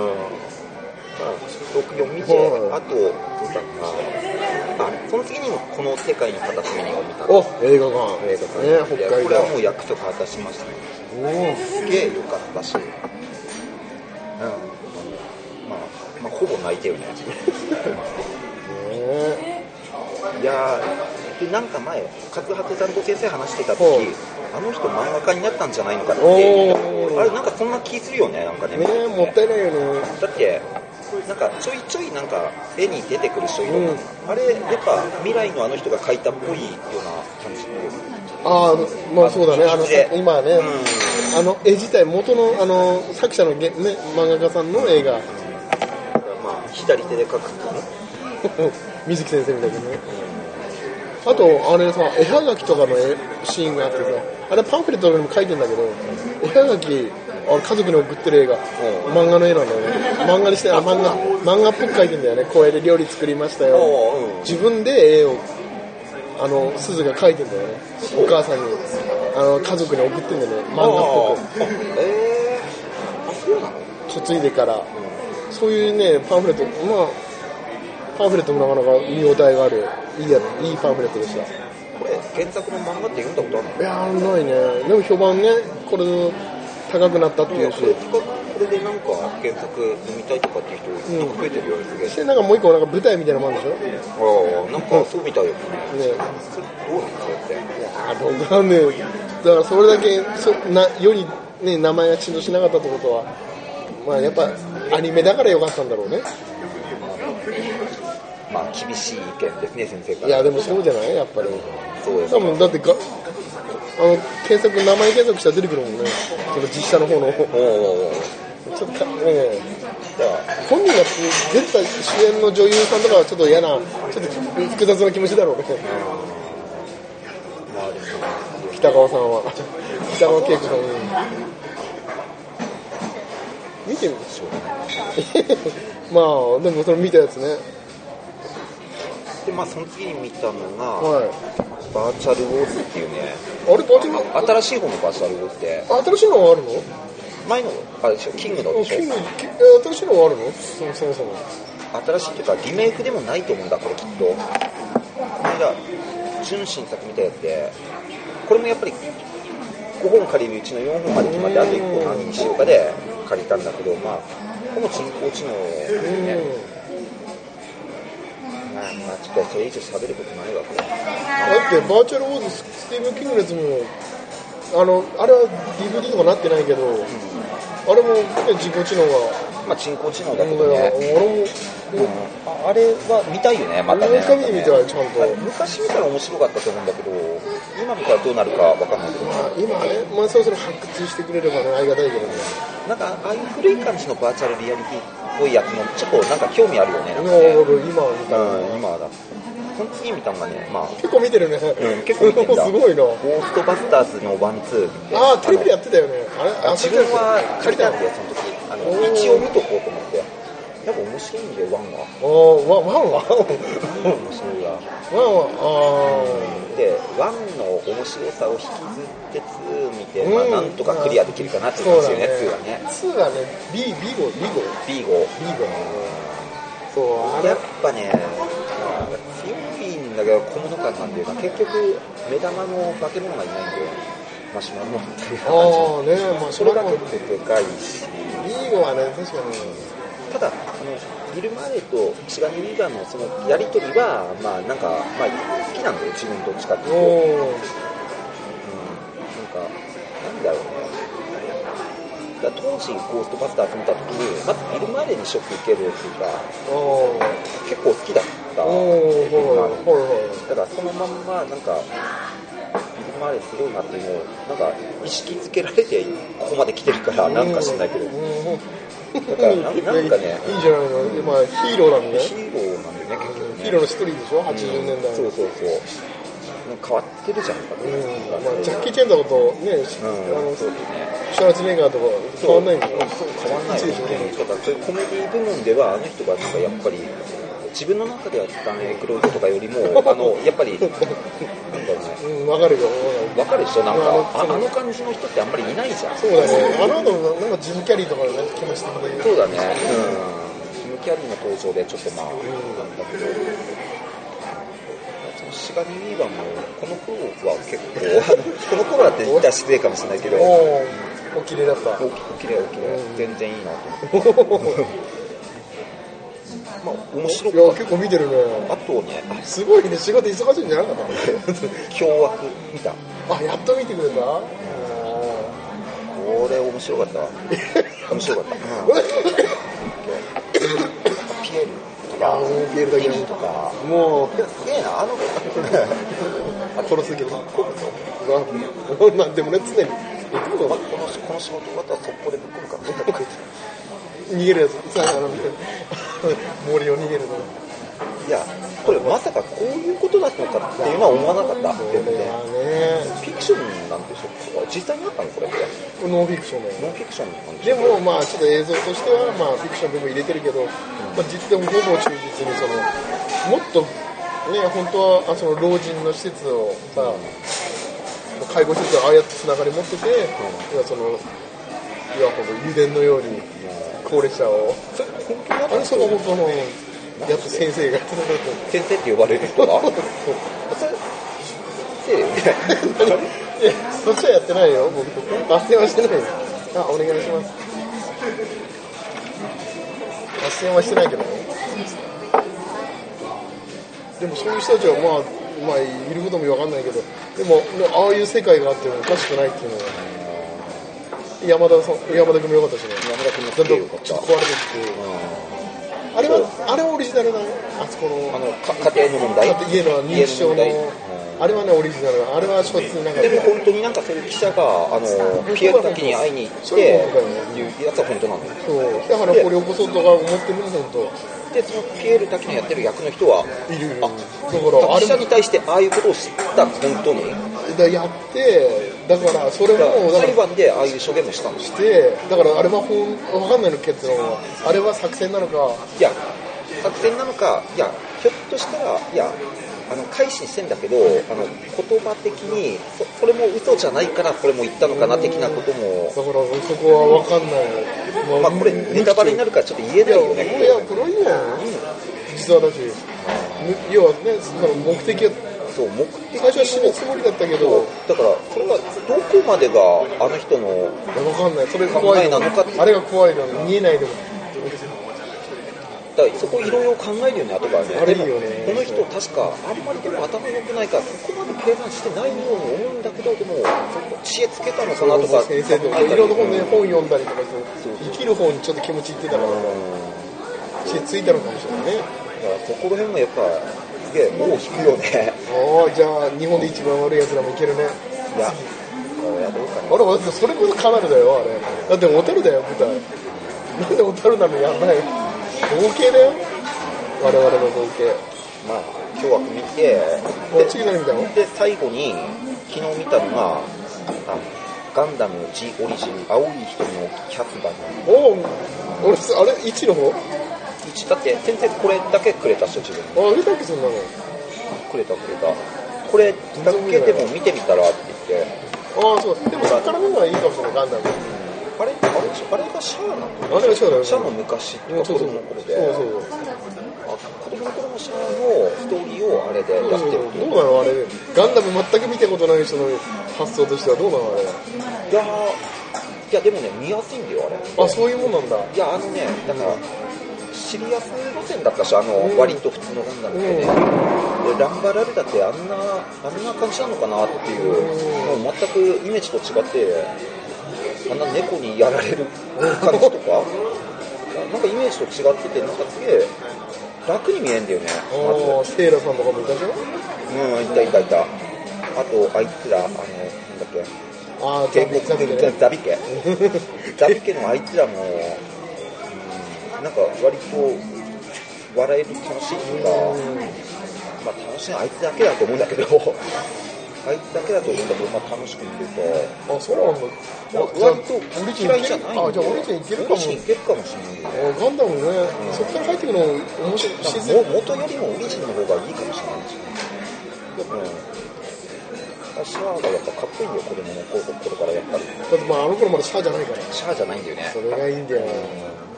六四見て、うんあと、どうだろうな。あ、その次にもこの世界の片隅にを見た。お映画館映画館ね北海これは道もう役所果たしましたね。すげえ良かったし、うんまあ、まあ、ほぼ泣いてるね。ねいやーで、なんか前、角白さんと先生話してた時ほうあの人漫画家になったんじゃないのかって、おーあれ、なんかそんな気するよね、なんかね。ねもったいないよねだってなんかちょいちょいなんか絵に出てくる人いるよねあれやっぱ未来のあの人が描いたっぽいような感じああまあそうだねあので今はね、うんあの絵自体元のあの作者のげ、ね、漫画家さんの映画 だからまあ左手で描くとね水木先生みたいなねあとあれさ絵はがきとかの絵シーンがあってさあれパンフレットにも書いてんだけど絵はがきあれ家族に送ってる映画漫画の絵なんだよね漫画にしてあ漫画漫画っぽく書いてんだよねこれで料理作りましたよおううん自分で絵をあの鈴が描いてんだよねお母さんにあの家族に送ってんだよね漫画っぽあえー、あそうなのく嫁いでからそういうねパンフレットまあパンフレットもなかなか見応えがあるいいやいいパンフレットでしたこれ原作の漫画って読んだことあるのいやーないねでも評判ねこれ高くなったっていいやうしこれこれでなんか原作読みたいとかっていう人なんか増えてるような気がそししててなんかもう一個なんか舞台みたいなのもあるんでしああなんかそうみたいよねょねそれどうなんそれってあどうかねだからそれだけそな世に、ね、名前が浸透しなかったってことはまあやっぱアニメだからよかったんだろうねまあ厳しい意見ですね先生からいやでもそうじゃないやっぱりそうです多分だってがあの検索名前検索したら出てくるもんねその実写の方のちょおうおうおうっとか、ええじゃあ本人がつ出てた主演の女優さんとかはちょっと嫌なちょっと複雑な気持ちだろうねまあでも北川さんは北川景子さんうん見てみましょうまあでもそれ見たやつねでまあその次に見たのが、はいバーチャルウォーズっていうねあれバーチャあ新しい方のバーチャルウォーズってル新しいのがあるの前のあれでしょキングのでしキンょグきえ新しいのがあるのそもそもそも新しいっていうかリメイクでもないと思うんだこれきっとこの間純新作みたいやつでこれもやっぱり5本借りるうちの4本まで決まってあと1本何にしようかで借りたんだけどまあこの人工知能うんねまあまあちょっとそれ以上喋ることないわこれだってバーチャルウォーズスティーブン・キングのやつもあのあれは DVD とかなってないけど、あれも、ね、自己知能がまあ、人工知能だだけかどらね、俺もうんああれは見たいよね、またね。俺も見てみたないんかねちゃんとあれ昔見たら面白かったと思うんだけど、今見たらどうなるかわかんないけど、今あれ、まあ、そろそろ発掘してくれればねありがたいけどねなんかああいう古い感じのバーチャルリアリティっぽいやつも、ちょっとなんか興味あるよね。なんか今ね俺今見たうら、ん、今はだ。その次見たのがね、まあ、結構見てるね、うん、結構見てんだ。 すごいなゴーストバスターズのワンツーってああテレビでやってたよねあれあのあ自分は借借りりたたのんだよ、その時。あのおー一応見とこうと思って。やっぱ面白いんだよ、ワンは。おーワンワン は面白いわ。ワンはで、ワンの面白さを引きずって2見て、うんまあ、なんとかクリアできるかなあっあていう感じですよね、2はね。 2はね B ビゴビゴ B5。ビゴそうあれやっぱね、強いんだけど小物感なんだよな。結局、目玉の化け物がいないんだよ。マシュマロっていう感ああねまあじ。そそれれはがビ結構でかいし。ゴはね確かにただあのビル・マーレとシガニー・ウィーバーのそのやり取りはまあなんか、まあ、好きなんだよ自分どっちかっていうと、うん、なんおかなんだろうねだから当時ゴーストバスターズ見た時にまずビル・マーレにショック受けるっていうかーおー結構好きだったおビール・マーレほいほいだからそのまんまなんかビル・マーレすごいなっていうのをなんか意識づけられてここまで来てるからなんか知んないけど、だからなんなんかねいいじゃないの今ヒーローなんでねヒーローなんだよね結局ねヒーローの一人でしょ80年代そうそうそうなんか変わってるじゃんか、うんまあジャッキー・チェンとかとね、うんあのシそうュだねワルツェネッガーとか変わんないんだよそう変わんないよ一時ねだからそういうコメディ部門ではあの人がなんかやっぱり自分の中ではダン・エイクロイドとかよりもあのやっぱりなんだろうねうん、わかるよわかるでしょなんかまああそうあの感じの人ってあんまりいないじゃんそうだねあの後もなんかジム・キャリーとかでね来ましたねそうだねうんジム・キャリーの登場でちょっとまあ、なんだけどそのシガニー・ウィーバーもこの頃は結構この頃はって言ったら失礼かもしれないけどおおお綺麗だったおきれいおきれい全然いいなと思ってまあ面白いやかっ結構見てるねたあとねあすごいね仕事忙しいんじゃなかった凶悪見たあやっと見てくれたこれ面白かったわ面白かった、 ピエールとかあもうピエールだけリリーとかもいやすげえなあのう殺すぎたまあでもね常にいつまあ もこのこの仕事終わったら速攻でぶっ込むからどんだけ食いつく逃げるやつさあの森を逃げるのいやこれまさかこういうことだったのかっていうのは思わなかったこれ全然はねフィクションなんでしょ実際にあったのこれってノンフィクションだよノンフィクションなんでしでょもまあちょっと映像としてはまあフィクションでも入れてるけど、まあ、実でもほぼ忠実にそのもっとね本当はあその老人の施設をさ、介護施設をああやってつながり持ってて、要はそのいわば油田のように高齢者を本当だあれそこもそのやっぱ先生が先生って呼ばれる人がそれ先生よねいやそっちはやってないよ僕罰せはしてないよあお願いします罰せはしてないけどねでもそういう人たちはまあ、まあ、いることも分かんないけどでもねああいう世界があってもおかしくないっていうのは山田さん山田君もよかったしね山田君もだすんげだえんよかっちたょっと壊れてっていうあれはあれはオリジナルだねあそこのあのか家庭の問題だって家の認知症の家の問あれはねオリジナルだあれは小説になかっ題でもた本当になんかそういう記者があのピエールだけに会いに行ってそれは本当だよいうやつは本当なんだよそうだからこれ起こそうとか思ってるんだ本当でそのピエールだけのやってる役の人はいるいるだあからあ記者れに対してああいうことを知った本当にだやってだからそれだからもだか裁ら判でああいう証言もしたんですしてだからあれは本分かんないの結論はあれは作戦なのかいや作戦なのかいやひょっとしたらいやあの改心してんだけどあの言葉的にそそれも嘘じゃないからこれも言ったのかな的なことだもからそこは分かんないまあこれネタバレになるるからちょっと言えいないやよねいやこれはいいよ実はだしむ要はねその目的はそう目的最初は死ぬつもりだったけどだからそれがどこまでがあの人のいや分かんないそれが怖い考えなのかってあれが怖いの見えないでもだからそこいろいろ考えるよね後からねあるよねでもこの人確かあんまりでも頭良くないからここまで計算してないように思うんだけどでも知恵つけたのかなとか先生とか考えいたりろんな本で本読んだりとかしてそうそう生きる方にちょっと気持ちいってたから血ついたのかもしれないねだからそこら辺もやっぱすげえもう引くよねああじゃあ日本で一番悪いやつらもいけるねいやこれはどうかあれだってそれこそカナルだよあれだって小樽だよ舞台なんで小樽なのやばい合計だよ我々の合計なまあ今日は見てあ次何見たので最後に昨日見たのがあガンダム G オリジン青い瞳のキャスバーおお俺すあれ1の方うちだって先生これだけくれた人自分にああれだっけそんなのくれたくれたこれだけでも見てみたらって言ってああそうでもそっから見るのはいいかもしれないガンダムあれあれでしょあれがシャアなのあれはそうだよシャアの昔って子そうそうそう供の頃でそうそうそうあ子供の頃のシャアのストーリーをあれでやってるってどうなのあれガンダム全く見たことない人の発想としてはどうなのあれいやーいやでもね見やすいんだよあれあそういうもんなんだいやあのねだからシリアス路線だったしあの、うん割と普通のガンダムでね、うんでランバラルだってあんなあんな感じなのかなっていう、もう全くイメージと違ってあんな猫にやられる感じとかなんかイメージと違っててなんかすげえ楽に見えんだよねまずああセイラさんとかもいたじゃんうんいたいたいたあとあいつらあのなんだっけああ帝国ザビのザビ家ザビ家のあいつらも、うんなんか割と笑える楽しいとか、まあ楽しいのはあいつだけだと思うんだけど、あいつだけだと思うんだけど、まあ楽しく見ると、あそうなんだまあ割とオリジン嫌いじゃないんだよあじゃあオリジンいけるかもオリジンいけるかもしれないよね。あガンダムねそっから入ってくるの面白いまあ自も然元よりもオリジンの方がいいかもしれないですね。うん。シャアがやっぱかっこいいよ、子供の頃頃からやっぱり。だってまああの頃まだシャアじゃないからシャアじゃないんだよね。それがいいんだよう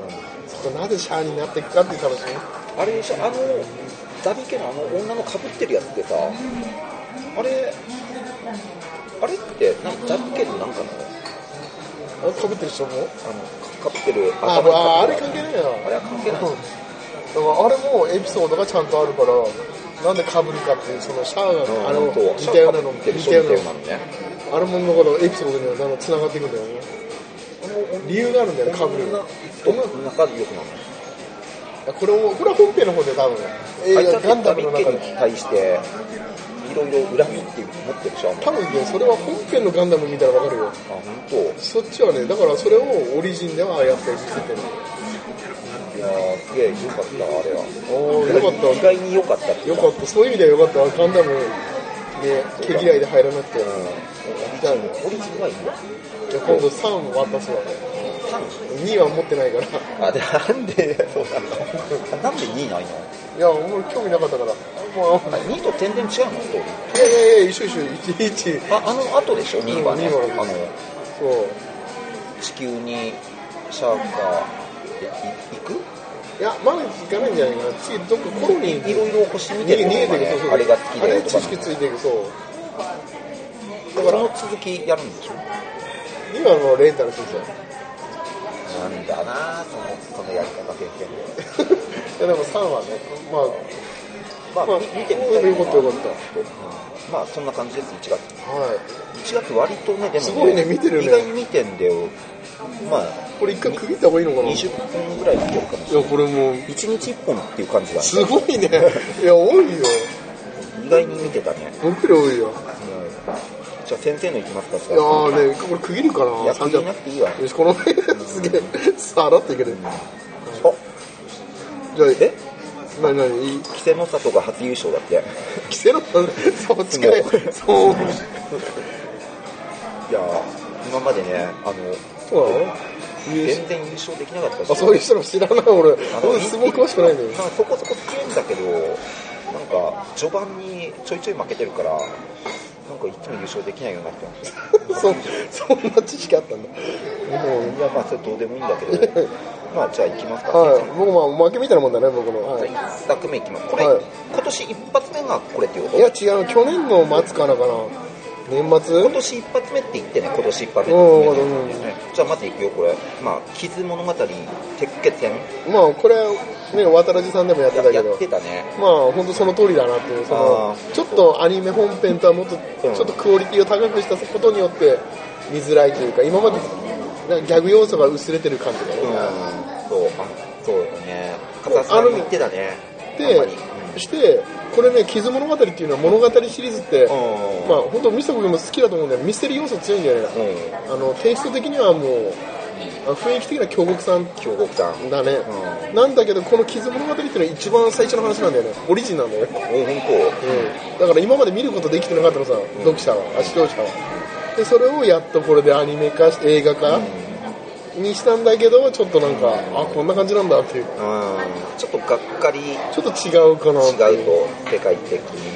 んそこなぜシャアになっていくかっていう楽しあれでしょあのザビ家のあの女のかぶってるやつってさあれあれってなんザビ家のなんかのみあかぶってる人もあのかかぶってるあにああれ被って関る係ないなあれは関係ないうんだからあれもエピソードがちゃんとあるからなんでかぶるかっていうそのシャアうんがあの本当は似たようなの被っ似てるたようそう似たようなのねなのあれもだからエピソードにはだんだん繋がっていくんだよね理由があるんだよねかぶる女仲良くなるあこれもこれは本編の方で多分のあ映いつだ画ってガンダザムビの家中にで対していろいろ恨みっていう持ってるでしょあの多分ねそれは本編のガンダム見たらわかるよあ本当いそっちはねだからそれをオリジンではああやって見せてるやーすげえよかったあれはおおよかった意外に良かったっていようかったそういう意味ではよかったガンダムで毛嫌いで入らなくてうんじゃあオリジンはいいわじゃあ今度3も渡すわ三2は持ってないからあ、でなんで、そうなんだ。なんで2位ないのいや、俺興味なかったから。もう、あ ?2 と全然違うのストーリーいやいやいや、一緒一緒、いちいち。あ、あの後でしょ、2はね。二はあの、そう。地球にシャーがい行くいや、まだ行かないんじゃないかな。次、どっかコロニーいにろいろ星見逃てげる逃げとかていねく、そうそう。あれが好きあだれよにとか知ね、識ついていく、そう。だから、その続きやるんでしょ今のレンタルしてさ。なんだなぁ、その、そのやり方経験いや、でも3はね、ままあ、まあみ見てみたいなよかったよかったうんまあ、そんな感じです、1月。あ、はい。 1月割とね、でも、すごいね見てるね意外に見てんだよ。まあ、これ一回区切った方がいいのかな。い20分ぐらい見てるかもしれない。や、これもう、 1日1本っていう感じだねすごいね。いや、多いよ。意外に見てたね、僕ら多いよ。じゃあ先生の行きますかいやーね、これ区切るかいやな。区切らなくていいわよし、この辺、すげえ、さらっていける。あじゃあ、えなになに、稀勢の里が初優勝だって着せろそっちかいもそういやー今までねあのそうなの全然優勝できなかったしあそういう人も知らない俺あの俺相撲詳しくないんだよんかそこそこ強いんだけどなんか序盤にちょいちょい負けてるからなんかいつも優勝できないようになってますそそんな知識あったんだいやまあそれどうでもいいんだけ どまあじゃあ行きますか、はい僕まあ負けみたいなもんだね僕の、はい、い1作目いきますこれ、はい今年一発目がこれっていうことや違う去年の末かなかな年末今年一発目って言ってね今年一発目おーってう言んってねじゃあまず行くよこれまあ「傷物語鉄血展」まあこれね渡良瀬さんでもやってやたけやどってたねまあ本当その通りだなっていうそのあーちょっとアニメ本編とはもっとちうょんっとクオリティを高くしたことによって見づらいというか今までなんかギャグ要素が薄れてる感じだうんよね、そうあそうよね片瀬さんも言ってたねあんまりでしてこれね「傷物語」っていうのは物語シリーズって、うんまあ本当ミスタコ君も好きだと思うんだよミステリー要素強いんだよねうんあのテイスト的にはもうあ雰囲気的な京極さん京極さんうんだね、うなんだけどこの「傷物語」っていうのは一番最初の話なんだよねオリジンなんだよね本うん、だから今まで見ることできてなかったのさ、読者はあ視聴者はでそれをやっとこれでアニメ化し映画化にしたんだけどちょっとなんかあこんな感じなんだっていう当うんちょっとがっかり違ちょっと違うかなっていううと世界的に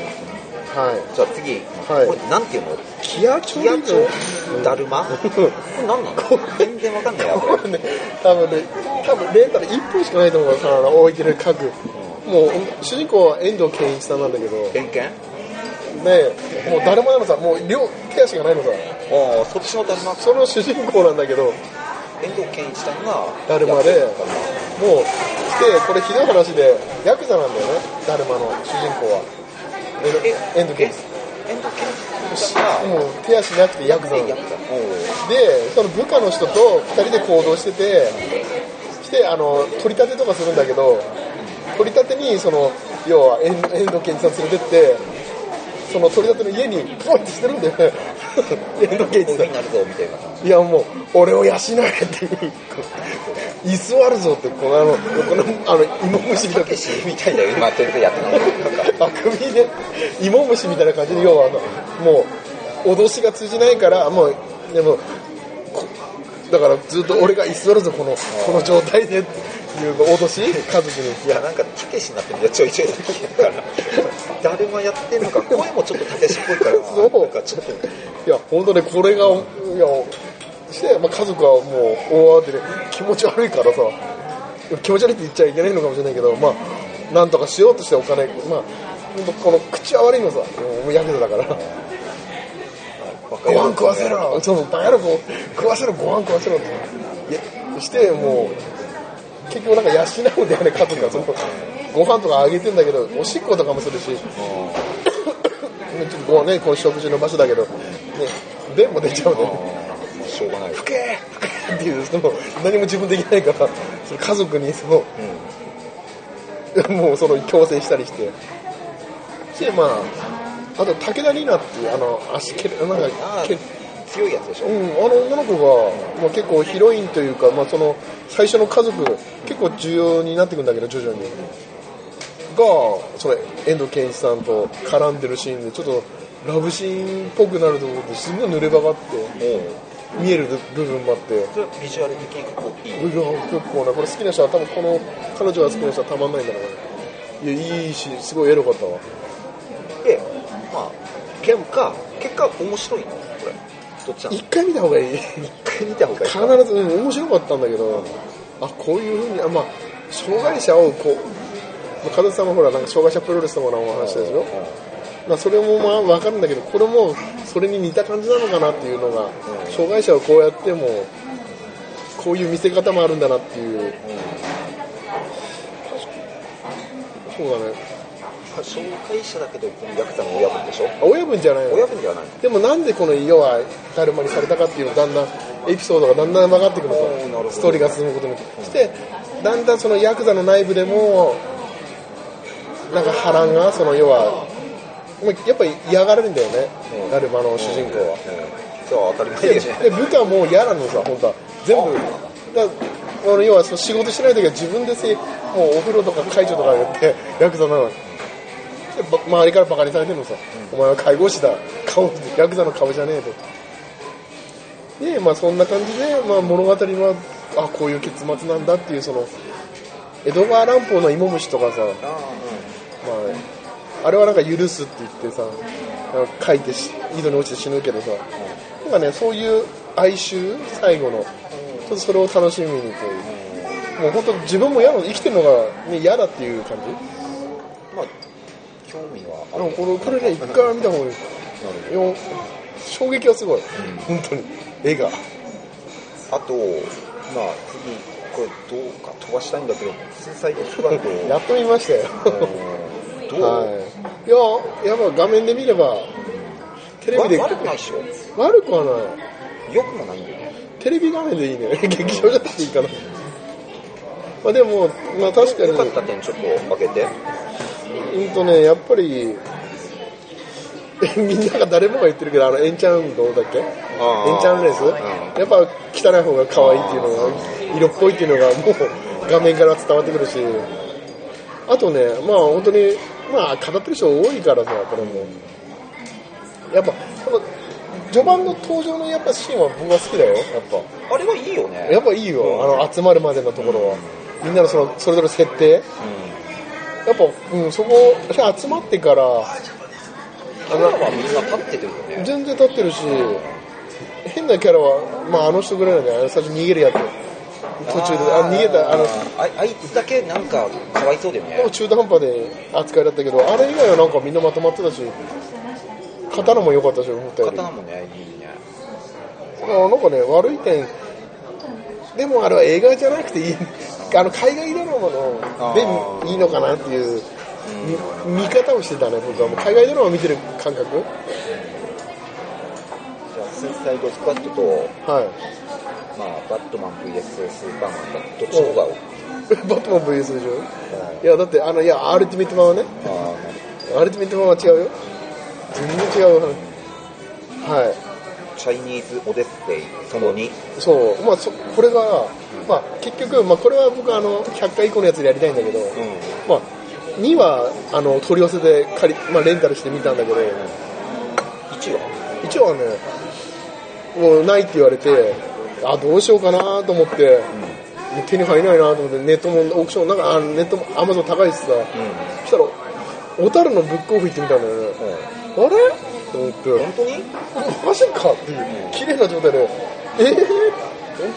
はいじゃあ次、はいこれなんていうのキアチョキアチうんョだるまこれ何なの全然わかんないやここれね多分ね多分レンタル1本しかないと思うから置いてる家具もう主人公は遠藤憲一さんなんだけどれ偏見あねもう誰もでもさもう両手足がないのさあそっちのだるまその主人公なんだけど遠藤憲一さんがだるまでやってたもう、で、これひどい話で、ヤクザなんだよね、だるまの主人公は。えエンドケース。え遠藤憲一さんがもう手足なくてヤクザなのえやってたおうで、その部下の人と二人で行動してて、して、あの、取り立てとかするんだけど、取り立てに、その、要はエン、エンドケンジさん連れてって、その取り立ての家にポイってしてるんだよね。エンドケンジこさういうん風に。なるぞみたいな感いやもう、俺を養えっていう。居座るぞって、このあの、この、あの、芋虫みたいな。じみたいだよ今全然やってないあくびで芋虫みたいな感じで要はあのもう脅しが通じないからもうでもこだからずっと俺が居座るぞこのこの状態でっていう脅し家族にいやなんかたけしになってるんだよちょいちょいだから誰もやってんのか声もちょっとたけしっぽいからそうなんかちょっといや本当ねこれがいやして、まあ、家族はもう大慌てで気持ち悪いからさ気持ち悪いって言っちゃいけないのかもしれないけどまあなんとかしようとしてお金まあほんとこの口は悪いのさもうヤクザだからご飯食わせろそうバカ野郎こう食わせろご飯食わせろっていやしてもう結局なんか養うんだよね家族がそのご飯とかあげてんだけどおしっことかもするしちょっとこうねこう食事の場所だけどね便も出ちゃうんだよねもうしょうがないよふけふけっていうその何も自分できないからその家族にその、もうその強制したりしてしてまああと武田里奈っていうあの足蹴るなんあか蹴るー強いやつでしょうん、あの女の子が、まあ、結構ヒロインというか、まあ、その最初の家族結構重要になってくんだけど徐々にがそれ遠藤憲一さんと絡んでるシーンでちょっとラブシーンっぽくなるところですごい濡れ場があって見える部分もあってそれビジュアル的に結構いい、うわ結構なこれ好きな人は多分この彼女が好きな人はたまんないんだろうねいやいいしすごいエロかったわでまあ結果結果面白いのこれどっちなの一回見た方がいい一回見た方がいい必ず、うん、面白かったんだけど、あこういうふうにあ、まあ、障害者をこう、まあ、加藤さんもほらなんか障害者プロレスとかのお話でしょ、まあ、それもまあ分かるんだけどこれもそれに似た感じなのかなっていうのが、ん障害者をこうやってもこういう見せ方もあるんだなっていう、そうだね障害者だけどこのヤクザの親分でしょあ親分じゃないの親分ではないでもなんでこの要はだるまにされたかっていうのだんだんエピソードがだんだん分かってくるおーなるほとどストーリーが進むことによってそしてだんだんそのヤクザの内部でもなんか波乱がその要はまあやっぱり嫌がられるんだよねうんだるまの主人公はそう当たり前ででしょで部下も嫌なのさ本当は全部だあの要はその仕事してない時は自分でせもうお風呂とか介助とかやってヤクザなのにでば周りからバカにされてるのさ、お前は介護士だ顔ヤクザの顔じゃねえとでまあそんな感じで、まあ、物語はあこういう結末なんだっていうその江戸川乱歩の芋虫とかさ、あまあ、あれはなんか許すって言ってさ、なんか書いてし井戸に落ちて死ぬけどさ、なんかね、そういう哀愁、最後の、ちょっとそれを楽しみにという、もう本当、自分も嫌なの、生きてるのが、ね、嫌だっていう感じ、でうんまあ興味はあもこれこれね、一回は見た方がいい。るよ衝撃はすごい、本当に絵があと、まあ、次、これどうか飛ばしたいんだけど、天才で空と、 やっと見ましたよ、あのどう、はい、いややっぱ画面で見ればテレビでわ悪くないっしょ。悪くはない良くもないんだよね。テレビ画面でいいね 劇場じゃなくていいかなまあでも、まあ、確かに良かった点ちょっと負けて。うんとねやっぱり みんなが誰もが言ってるけどあのエンチャンドだっけエンーチャンレース、うんやっぱ汚い方が可愛いっていうのが色っぽいっていうのがもう画面から伝わってくるしあとねまあ本当にまあ語ってる人多いからさこれもやっぱこの序盤の登場のやっぱシーンは僕は好きだよやっぱあれはいいよね。やっぱいいよ、あの集まるまでのところは、みんなのそのそれぞれ設定、やっぱ、うん、そこ、集まってから、あれはみんな立っててるよね。全然立ってるし、変なキャラは、まあ、あの人ぐらいなんだよ、最初逃げるやつ、途中で、あ逃げた、あの、ああいつだけなんかかわいそうだよもうね。中途半端で扱いだったけど、あれ以外はなんかみんなまとまってたし、刀も良かったし、思ったより。刀もね、いいね。あなんかね、悪い点、でもあれは映画じゃなくていい、あの海外ドラマあのーでいいのかなっていうみ見方をしてたね、僕はもう海外ドラマ見てる感覚、じゃあ、スーサイドスクワットと、はい、 まあ、バットマン VS スーパーマンだどっちの方が合うバットマン VS でしょ、いや、だって、あのいや、アルティメットマンはね、あーなるアルティメットマンは違うよ、全然違う話、はい。ほどチャイニーズ・オデッセイともに、そう、まあ、そこれが、まあ、結局、まあ、これは僕はあの100回以降のやつでやりたいんだけど、まあ、2はあの取り寄せで借り、まあ、レンタルしてみたんだけど、 1は一応はね、もうないって言われて、あどうしようかなと思って、もう手に入らないなと思って、ネットもオークション、なんかあネットもアマゾン高いしさ、そしたら、小樽のブックオフ行ってみたんだよね、うん、あれと思って、本当にマジかっていう、綺麗な状態で、えー、本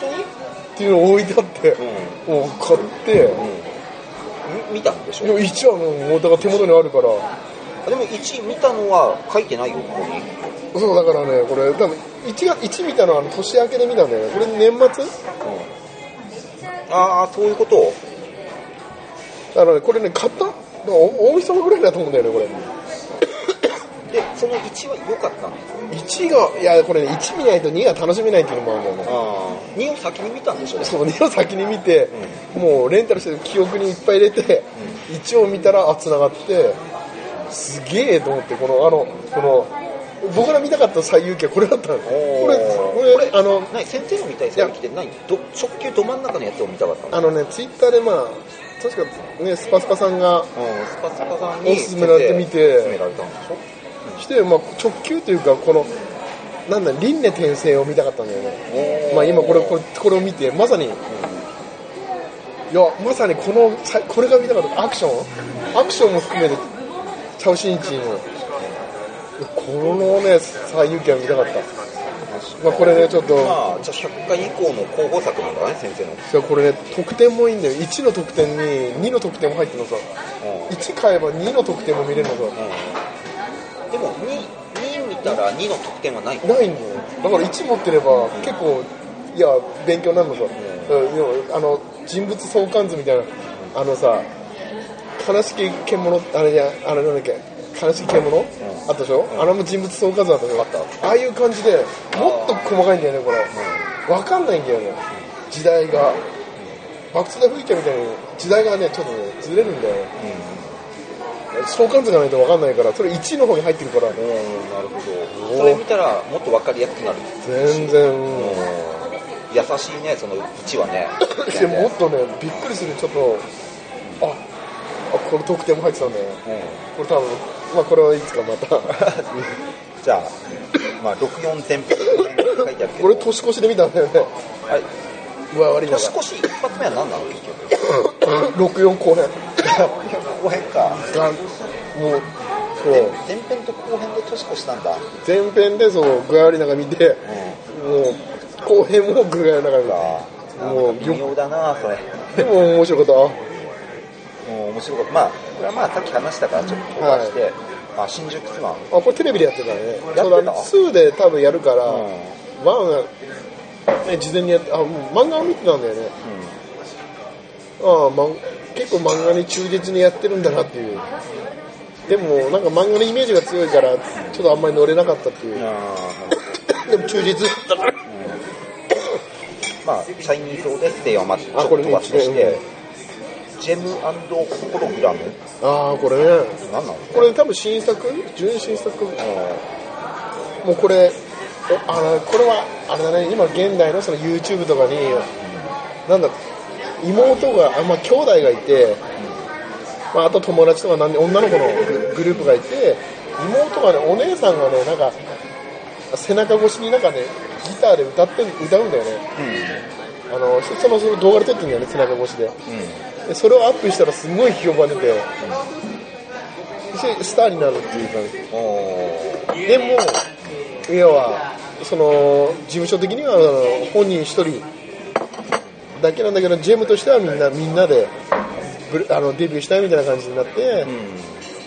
当に、っていうのを置いてあって。を買って、うんみ見たんでしでょも一応あのもうだから手元にあるからあでも1見たのは書いてないよここにそうだからねこれ多分1が1見たのはあの年明けで見たんだよねこれ年末ああそういうことだからねこれね買ったお大晦日ぐらいだと思うんだよねこれでその1は良かったんです1がいやこれね1見ないと2が楽しめないっていうのもあるんだよねあ2を先に見たんでしょでもそう2を先に見て、もうレンタルしてる記憶にいっぱい入れて、一応見たらあ繋がってすげえと思ってこのあのこの僕ら見たかった最優記はこれだったのこーれこれあのない先生の見たい最近ってないど直球ど真ん中のやつを見たかったのあのね、ツイッターでまあ、確かね、スパスパさんうが、んスパスパさんにおすすめられてみて勧められたんでしょして、まあ、直球というか、この、なんだ、輪廻転生を見たかったんだよね。まあ、今これ、これ、これを見て、まさに、いや、まさにこの、さこれが見たかった。アクションアクションも含めて、チャウシンチンを。このね、最優秀は見たかった。まあ、これね、ちょっと、まあ、じゃあ100回以降の候補作なんだね、先生の。いやこれね得点もいいんだよ1の得点に2の得点も入ってるのさ1買えば2の得点も見れるのさでも2、2見たら2の得点はない。ないんだよだから1持ってれば結構いや勉強になるのさ、うん、でもあの人物相関図みたいなあのさ悲しき獣あれじゃあれなんだっけ悲しき獣、あったでしょ、あれも人物相関図だったでしょああいう感じでもっと細かいんだよねこれ、わかんないんだよね時代が、バックスで吹いてみたいに時代がねちょっとねずれるんだよ、相関図がないとわかんないからそれ1の方に入ってるからおーなるほど。それ見たらもっと分かりやすくなる。全然、うん優しいね、その1はね。でもっとねびっくりするちょっとああこの得点も入ってたんだよねうんこれ多分まあこれはいつかまたじゃあ、まあ、64点って書いてあるけど。俺年越しで見たんだよねあれうわ悪いな年越し一発目は何なの結局。 64後編後編か。がもうそう前編と後編で年越したんだ。前編でそう具合悪い中見てもう後編も具合悪い中見あたももうう微よ妙だな、それ。でも面白かったもう面白かった。まあ、これはまあ、さっき話したからちょっと飛ばして、あ新宿ツアーあこれテレビでやってたねたそうだね2で多分やるから、うん1が、ね、事前にやってあもう漫画を見てたんだよねああ、ま、結構漫画に忠実にやってるんだなっていうでもなんか漫画のイメージが強いからちょっとあんまり乗れなかったっていう、うんでも忠実だからまあチャイニーズオデッセイはまずちょっあとこれ飛ねばしてし違うてジェムホログラムああこれね何なのこれ多分新作純新作もううこれおあのこれはあれだね今現代のその YouTube とかになんだ妹があまあ兄弟がいて、まあ、あと友達とか何人女の子のググループがいて妹がねお姉さんがねなんか背中越しになんかねギターで歌って歌うんだよねんあのそのその動画で撮ってるんだよね背中越しでうんでそれをアップしたらすごい評判出て、しスターになるっていう感じおーでも、要は、その、事務所的には、あの本人一人だけなんだけど、ジェムとしてはみんな、みんなで、ブルあのデビューしたいみたいな感じになって、うん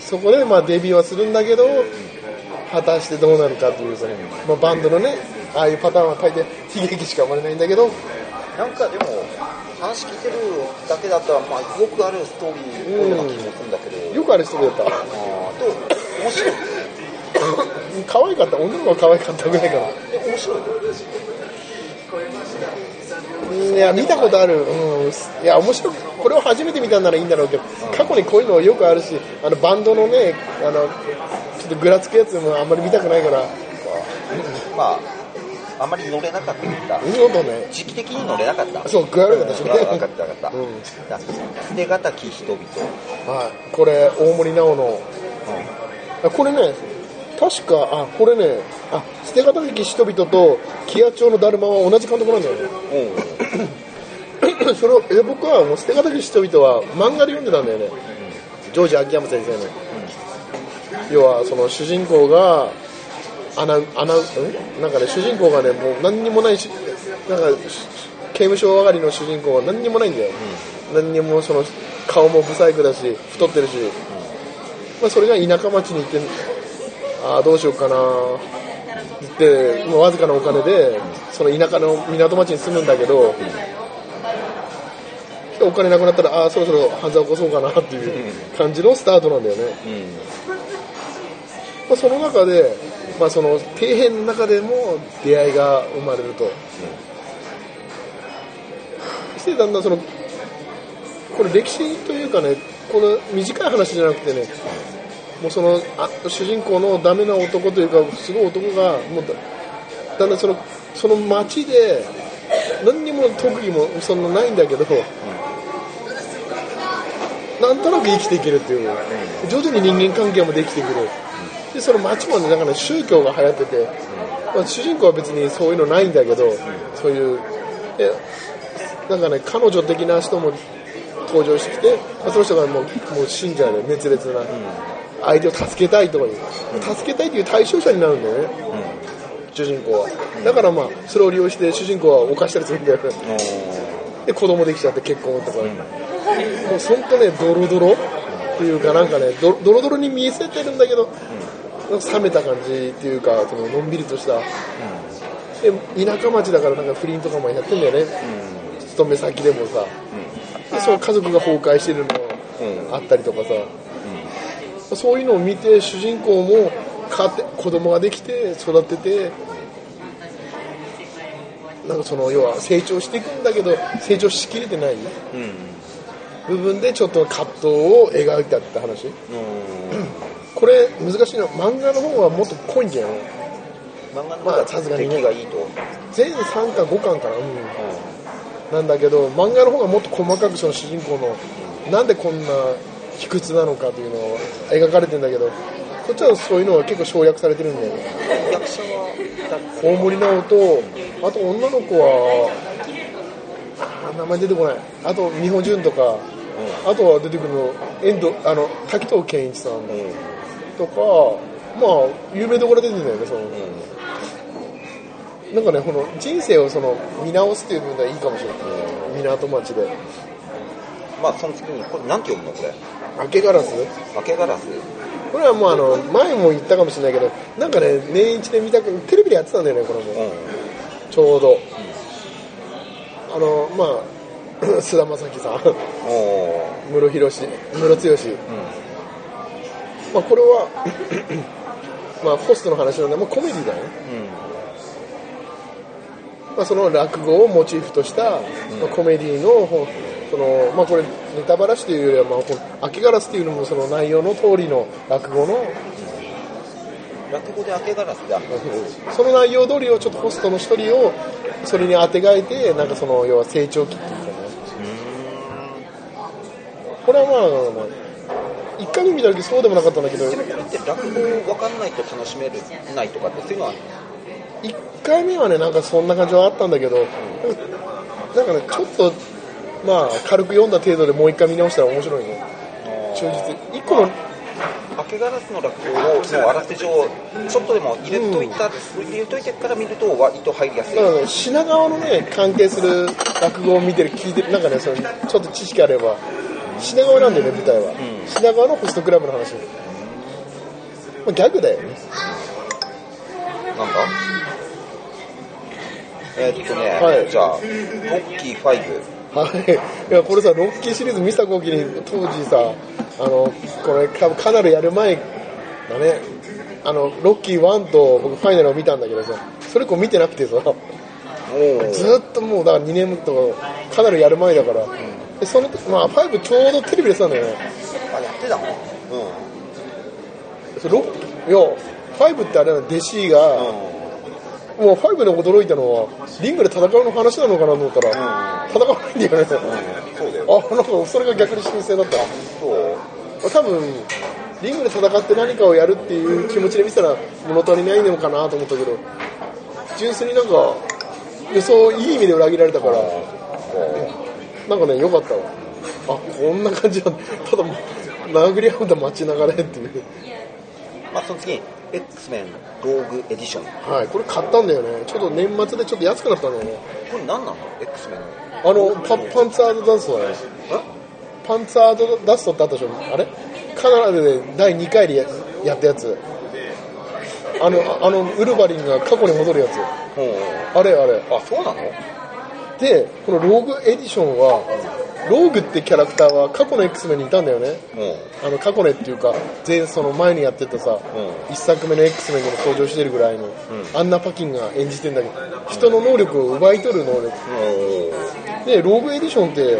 そこで、まあ、デビューはするんだけど、果たしてどうなるかという、その、まあ、バンドのね、ああいうパターンは大抵悲劇しか生まれないんだけど、なんかでも話聞いてるだけだったらまあよくあるストーリーのような気もするんだけど、よくあれ人だった。あーと面白い可愛かった、女の子が可愛かったぐらいかな。え面白いいや見たことある、うん、いや面白くこれを初めて見たんならいいんだろうけど、過去にこういうのよくあるしあのバンドのねあのちょっとぐらつくやつもあんまり見たくないからまああまり乗れなかったけど見事ね時期的に乗れなかったそう具合悪かったしね分かった分かった、うんだ捨てがたき人々、はいこれ大森奈緒のあこれね確かあこれねあ捨て方的人々と木屋町のだるまは同じ監督なんだよねうんそれをえ僕はもう捨て方的人々は漫画で読んでたんだよねジョージ秋山先生の、要はその主人公が穴穴んなんかね主人公がねもう何にもないしなんかし刑務所上がりの主人公は何にもないんだよ、何にもその顔も不細工だし太ってるし、まあ、それが田舎町に行ってああどうしようかなってもうわずかなお金でその田舎の港町に住むんだけど、お金なくなったらああそろそろ犯罪起こそうかなっていう感じのスタートなんだよね、うんまあ、その中で、まあ、その底辺の中でも出会いが生まれると、そしてだんだんそのこれ歴史というかねこの短い話じゃなくてねもうそのあ主人公のダメな男というかすごい男がもうだだんだんそのその街で何にも特技もそんなないんだけど、なんとなく生きていけるっていう、徐々に人間関係もできてくる、でその街もねなんかね宗教が流行ってて、まあ、主人公は別にそういうのないんだけど、そういうでなんかね彼女的な人も登場してきて、まあその人がもうもう信者で熱烈な、相手を助けたいとかいう、助けたいという対象者になるんだよね、主人公は、だからまあそれを利用して主人公は犯したりするんだよねで子供できちゃって結婚とか、もう本当ねドロドロっていうかなんかねドドロドロに見せてるんだけど、なんか冷めた感じっていうかそののんびりとした、で田舎町だからなんか不倫とかもやってんだよね、勤め先でもさ、でその家族が崩壊してるのもあったりとかさ、そういうのを見て主人公も家庭子供ができて育ててなんかその要は成長していくんだけど成長しきれてない部分でちょっと葛藤を描いたって話これ難しいの漫画の方はもっと濃いんじゃない漫画のま方あさすががにね敵がいいと、うん全3巻5巻かな、うんなんだけど漫画の方がもっと細かくその主人公のなんでこんな卑屈なのかというのを描かれてんだけどこっちはそういうのは結構省略されてるんだよね役者は大森直とあと女の子はあー名前出てこないあと美穂潤とか、あとは出てくるの遠藤あの滝藤健一さんとか、まあ有名どころ出てるんだよねその、なんかねこの人生をその見直すっていう部分ではいいかもしれない、港町でまあその次にこれなんて読むのこれ明けガラス明けガラスこれはもうあの前も言ったかもしれないけどなんかね年一で見たくテレビでやってたんだよねこれも、ちょうど、あのまあ 菅田将暉さんおお室広し室強し、まあ、これは まあホストの話なんでもうコメディだよね、まあ、その落語をモチーフとした、まあ、コメディのほそのまあこれネタバラシというよりはまあこの秋ガラスというのもその内容の通りの落語の落語で明けガラスだ、その内容通りをちょっとホストの一人をそれにあてがえてなんかその要は成長期っていうかねこれはまあ、まあ、一回目見た時そうでもなかったんだけどちなみにって落語分かんないと楽しめないとかってそういうのはある一回目はねなんかそんな感じはあったんだけどなんかねちょっとまあ軽く読んだ程度でもう一回見直したら面白いね忠実一個の明けガラスの落語をもうあらすじをちょっとでも入れといた、入れといてから見ると割と入りやすい、だからね品川のね関係する落語を見てる聞いてるなんかねそのちょっと知識あれば品川なんだよね舞台は、品川のホストクラブの話、まあ、ギャグだよねなんだえーっとね、はいじゃあロッキー5はいいやこれさロッキーシリーズ見た時に当時さあのこれかカナルやる前だねあのロッキー1と僕ファイナルを見たんだけどさそれ以降見てなくてさおずーっともうだから2年とかカナルやる前だから、でその時まあ5ちょうどテレビでしたんだよねあやってたのうんそうロッいや5ってあれなの弟子が、もう5で驚いたのはリングで戦うの話なのかなと思ったら、戦わないんだよね、そうだよあなんかそれが逆に新鮮だったそう多分リングで戦って何かをやるっていう気持ちで見てたら物足りないのかなと思ったけど純粋になんか予想いい意味で裏切られたからなんかね良かったわあこんな感じなんだただ殴り合うんだ街流れっていうまあその次に X メンローグエディションはい、これ買ったんだよね。ちょっと年末でちょっと安くなったんだよね。これ何なの X メンのあの、パパンツァードダンストだね。パンツァードダストってあったでしょあれカナダで第2回でややったやつ。あの、ああの、ウルヴァリンが過去に戻るやつ。あれあれ。あそうなので、このローグエディションは、ローグってキャラクターは過去の X メンにいたんだよね。うんあの過去ねっていうか前その前にやってたさ、う一作目の X メンにも登場してるぐらいの、アンナ・パキンが演じてんだけど人の能力を奪い取る能力でローグエディションって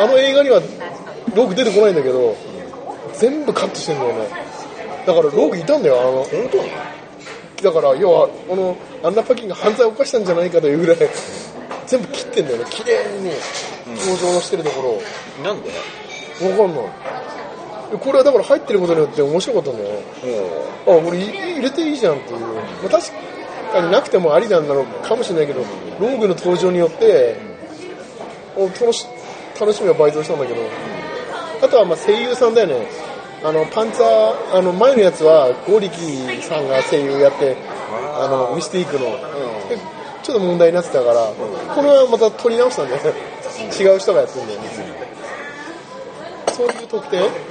あの映画にはローグ出てこないんだけど全部カットしてんだよねだからローグいたんだよあの本当にだから要はこのアンナ・パキンが犯罪を犯したんじゃないかというぐらい全部切ってんだよね綺麗にね登場のしてるところをなんでわかんないこれはだから入ってることによって面白かったんだよねうあ俺い入れていいじゃんっていう、まあ、確かになくてもありなんだろうかもしれないけどローグの登場によってお楽し楽しみは倍増したんだけどあとはまあ声優さんだよねあのパンツァーあの前のやつはゴリキさんが声優やってあのミスティークの、でちょっと問題になってたから、これはまた撮り直したんだよね違う人がやってるんだよねそういう特典んリキさん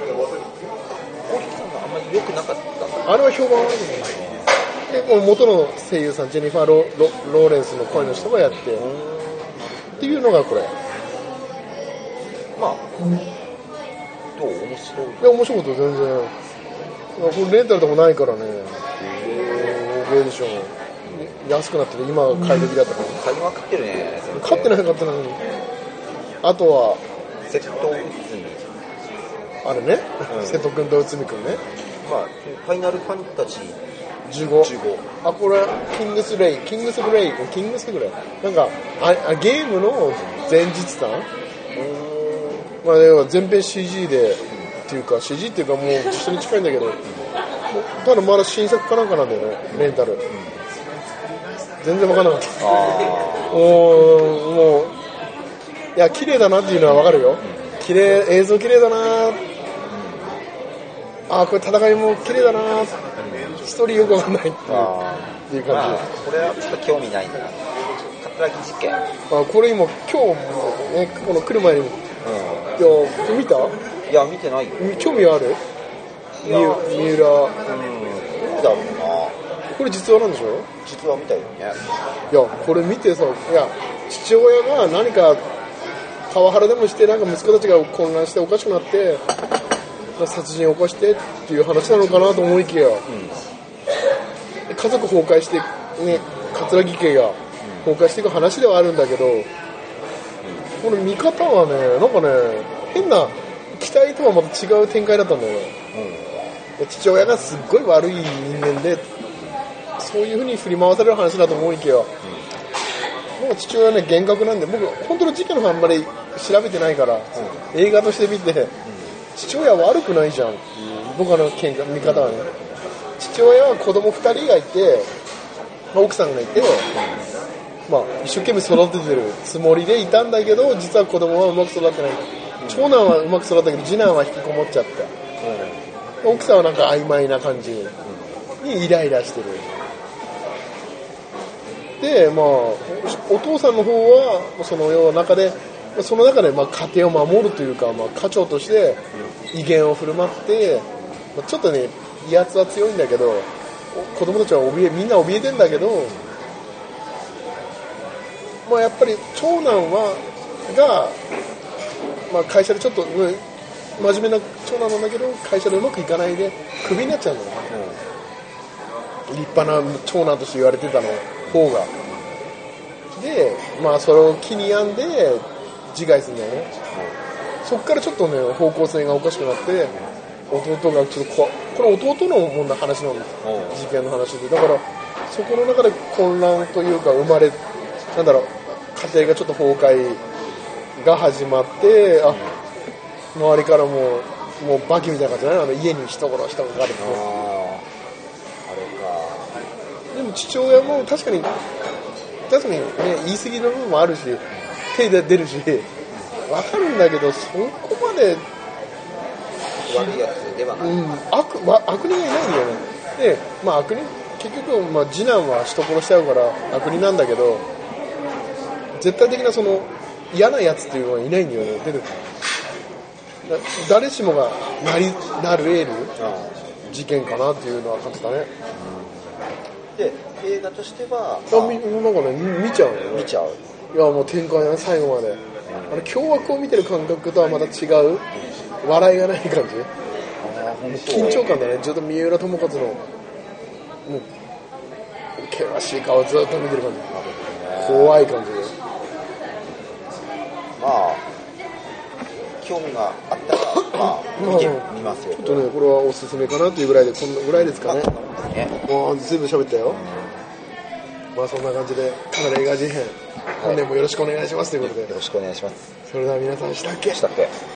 があんまり良くなかったんだあれは評判悪いねでこの元の声優さんジェニファーロロ・ローレンスの声の人がやってっていうのがこれまあどう面白いで面白いこと全然これレンタルとかないからねローグエディション安くなってる今が買い時だったから買いまくってるね買ってなかったのにあとはセットウッズにあれね、瀬戸君と内海君ねまあファイナルファンタジー15 15あこれキングスレイキングスブレイキングスブレイなんかああゲームの前日感まあ要は全編 CG でっていうか CG っていうかもう実写に近いんだけどただまだ新作かなんかなんだよねレンタル全然分からなかったおーもういや綺麗だなっていうのは分かるよ綺麗映像綺麗だなあーこれ戦いも綺麗だなストーリーよく分かんないっていうあっていうーま感あこれはちょっと興味ないな葛城事件じ、まあ、これ今今日もねこの来る前にもいや見たいや見てないよみ興味はあるみ三浦そうだもんなこれ実話なんでしょ実はみたいよねいやこれ見てさいや父親が何かパワハラでもしてなんか息子たちが混乱しておかしくなって殺人を起こしてっていう話なのかなと思いきや、家族崩壊してね桂木家が崩壊していく話ではあるんだけど、この見方はねなんかね変な期待とはまた違う展開だったんだよ、父親がすっごい悪い人間でそういうふうに振り回される話だと思いきや、僕は父親ね厳格なんで僕本当の事件の方あんまり調べてないから、映画として見て、父親は悪くないじゃんっていう僕の見見方はね、父親は子供2人がいて、まあ奥さんがいて、まあ、一生懸命育ててるつもりでいたんだけど実は子供はうまく育ってない長男はうまく育ったけど次男は引きこもっちゃった奥さんはなんか曖昧な感じにイライラしてるでまあおお父さんの方はその世の中でその中でまあ家庭を守るというか、まあ、家長として威厳を振る舞って、まあちょっとね威圧は強いんだけどお子供たちは怯えみんな怯えてんだけど、まあ、やっぱり長男はが、まあ、会社でちょっと、うん真面目な長男なんだけど会社でうまくいかないでクビになっちゃうんだよね立派な長男として言われてたの方がでまあそれを気に病んで自害するんだよねそっからちょっとね方向性がおかしくなって弟がちょっとこわこれ弟の問題話なんですうん事件の話でだからそこの中で混乱というか生まれなんだろう家庭がちょっと崩壊が始まってあ周りからもうもうバキみたいな感じだねあの家に人殺しとかがあるあああれかでも父親も確かに確かにね言い過ぎの部分もあるし手で出るしわかるんだけどそこまで悪いやつではなういん、悪わ悪人がいないんだよねで、まあ、悪人結局、まあ、次男は人殺しちゃうから悪人なんだけど絶対的なその嫌なやつっていうのはいないんだよねでだ誰しもがなりなる得る事件かなっていうのは感じたねで映画としてはあみなんかねみ見ちゃうよね見ちゃういやもう展開だね最後まであの凶悪を見てる感覚とはまた違う笑いがない感じ緊張感だねずっと三浦友和のもう険しい顔ずっと見てる感じ怖い感じでまあ興味があったら、まあ、見てみますよちょっとねこれはおすすめかなというぐらいでこんなぐらいですかねねもう随分喋ったよまあそんな感じでカメラ映画事変本年もよろしくお願いしますということでよろしくお願いしますそれでは皆さんしたっけしたっけ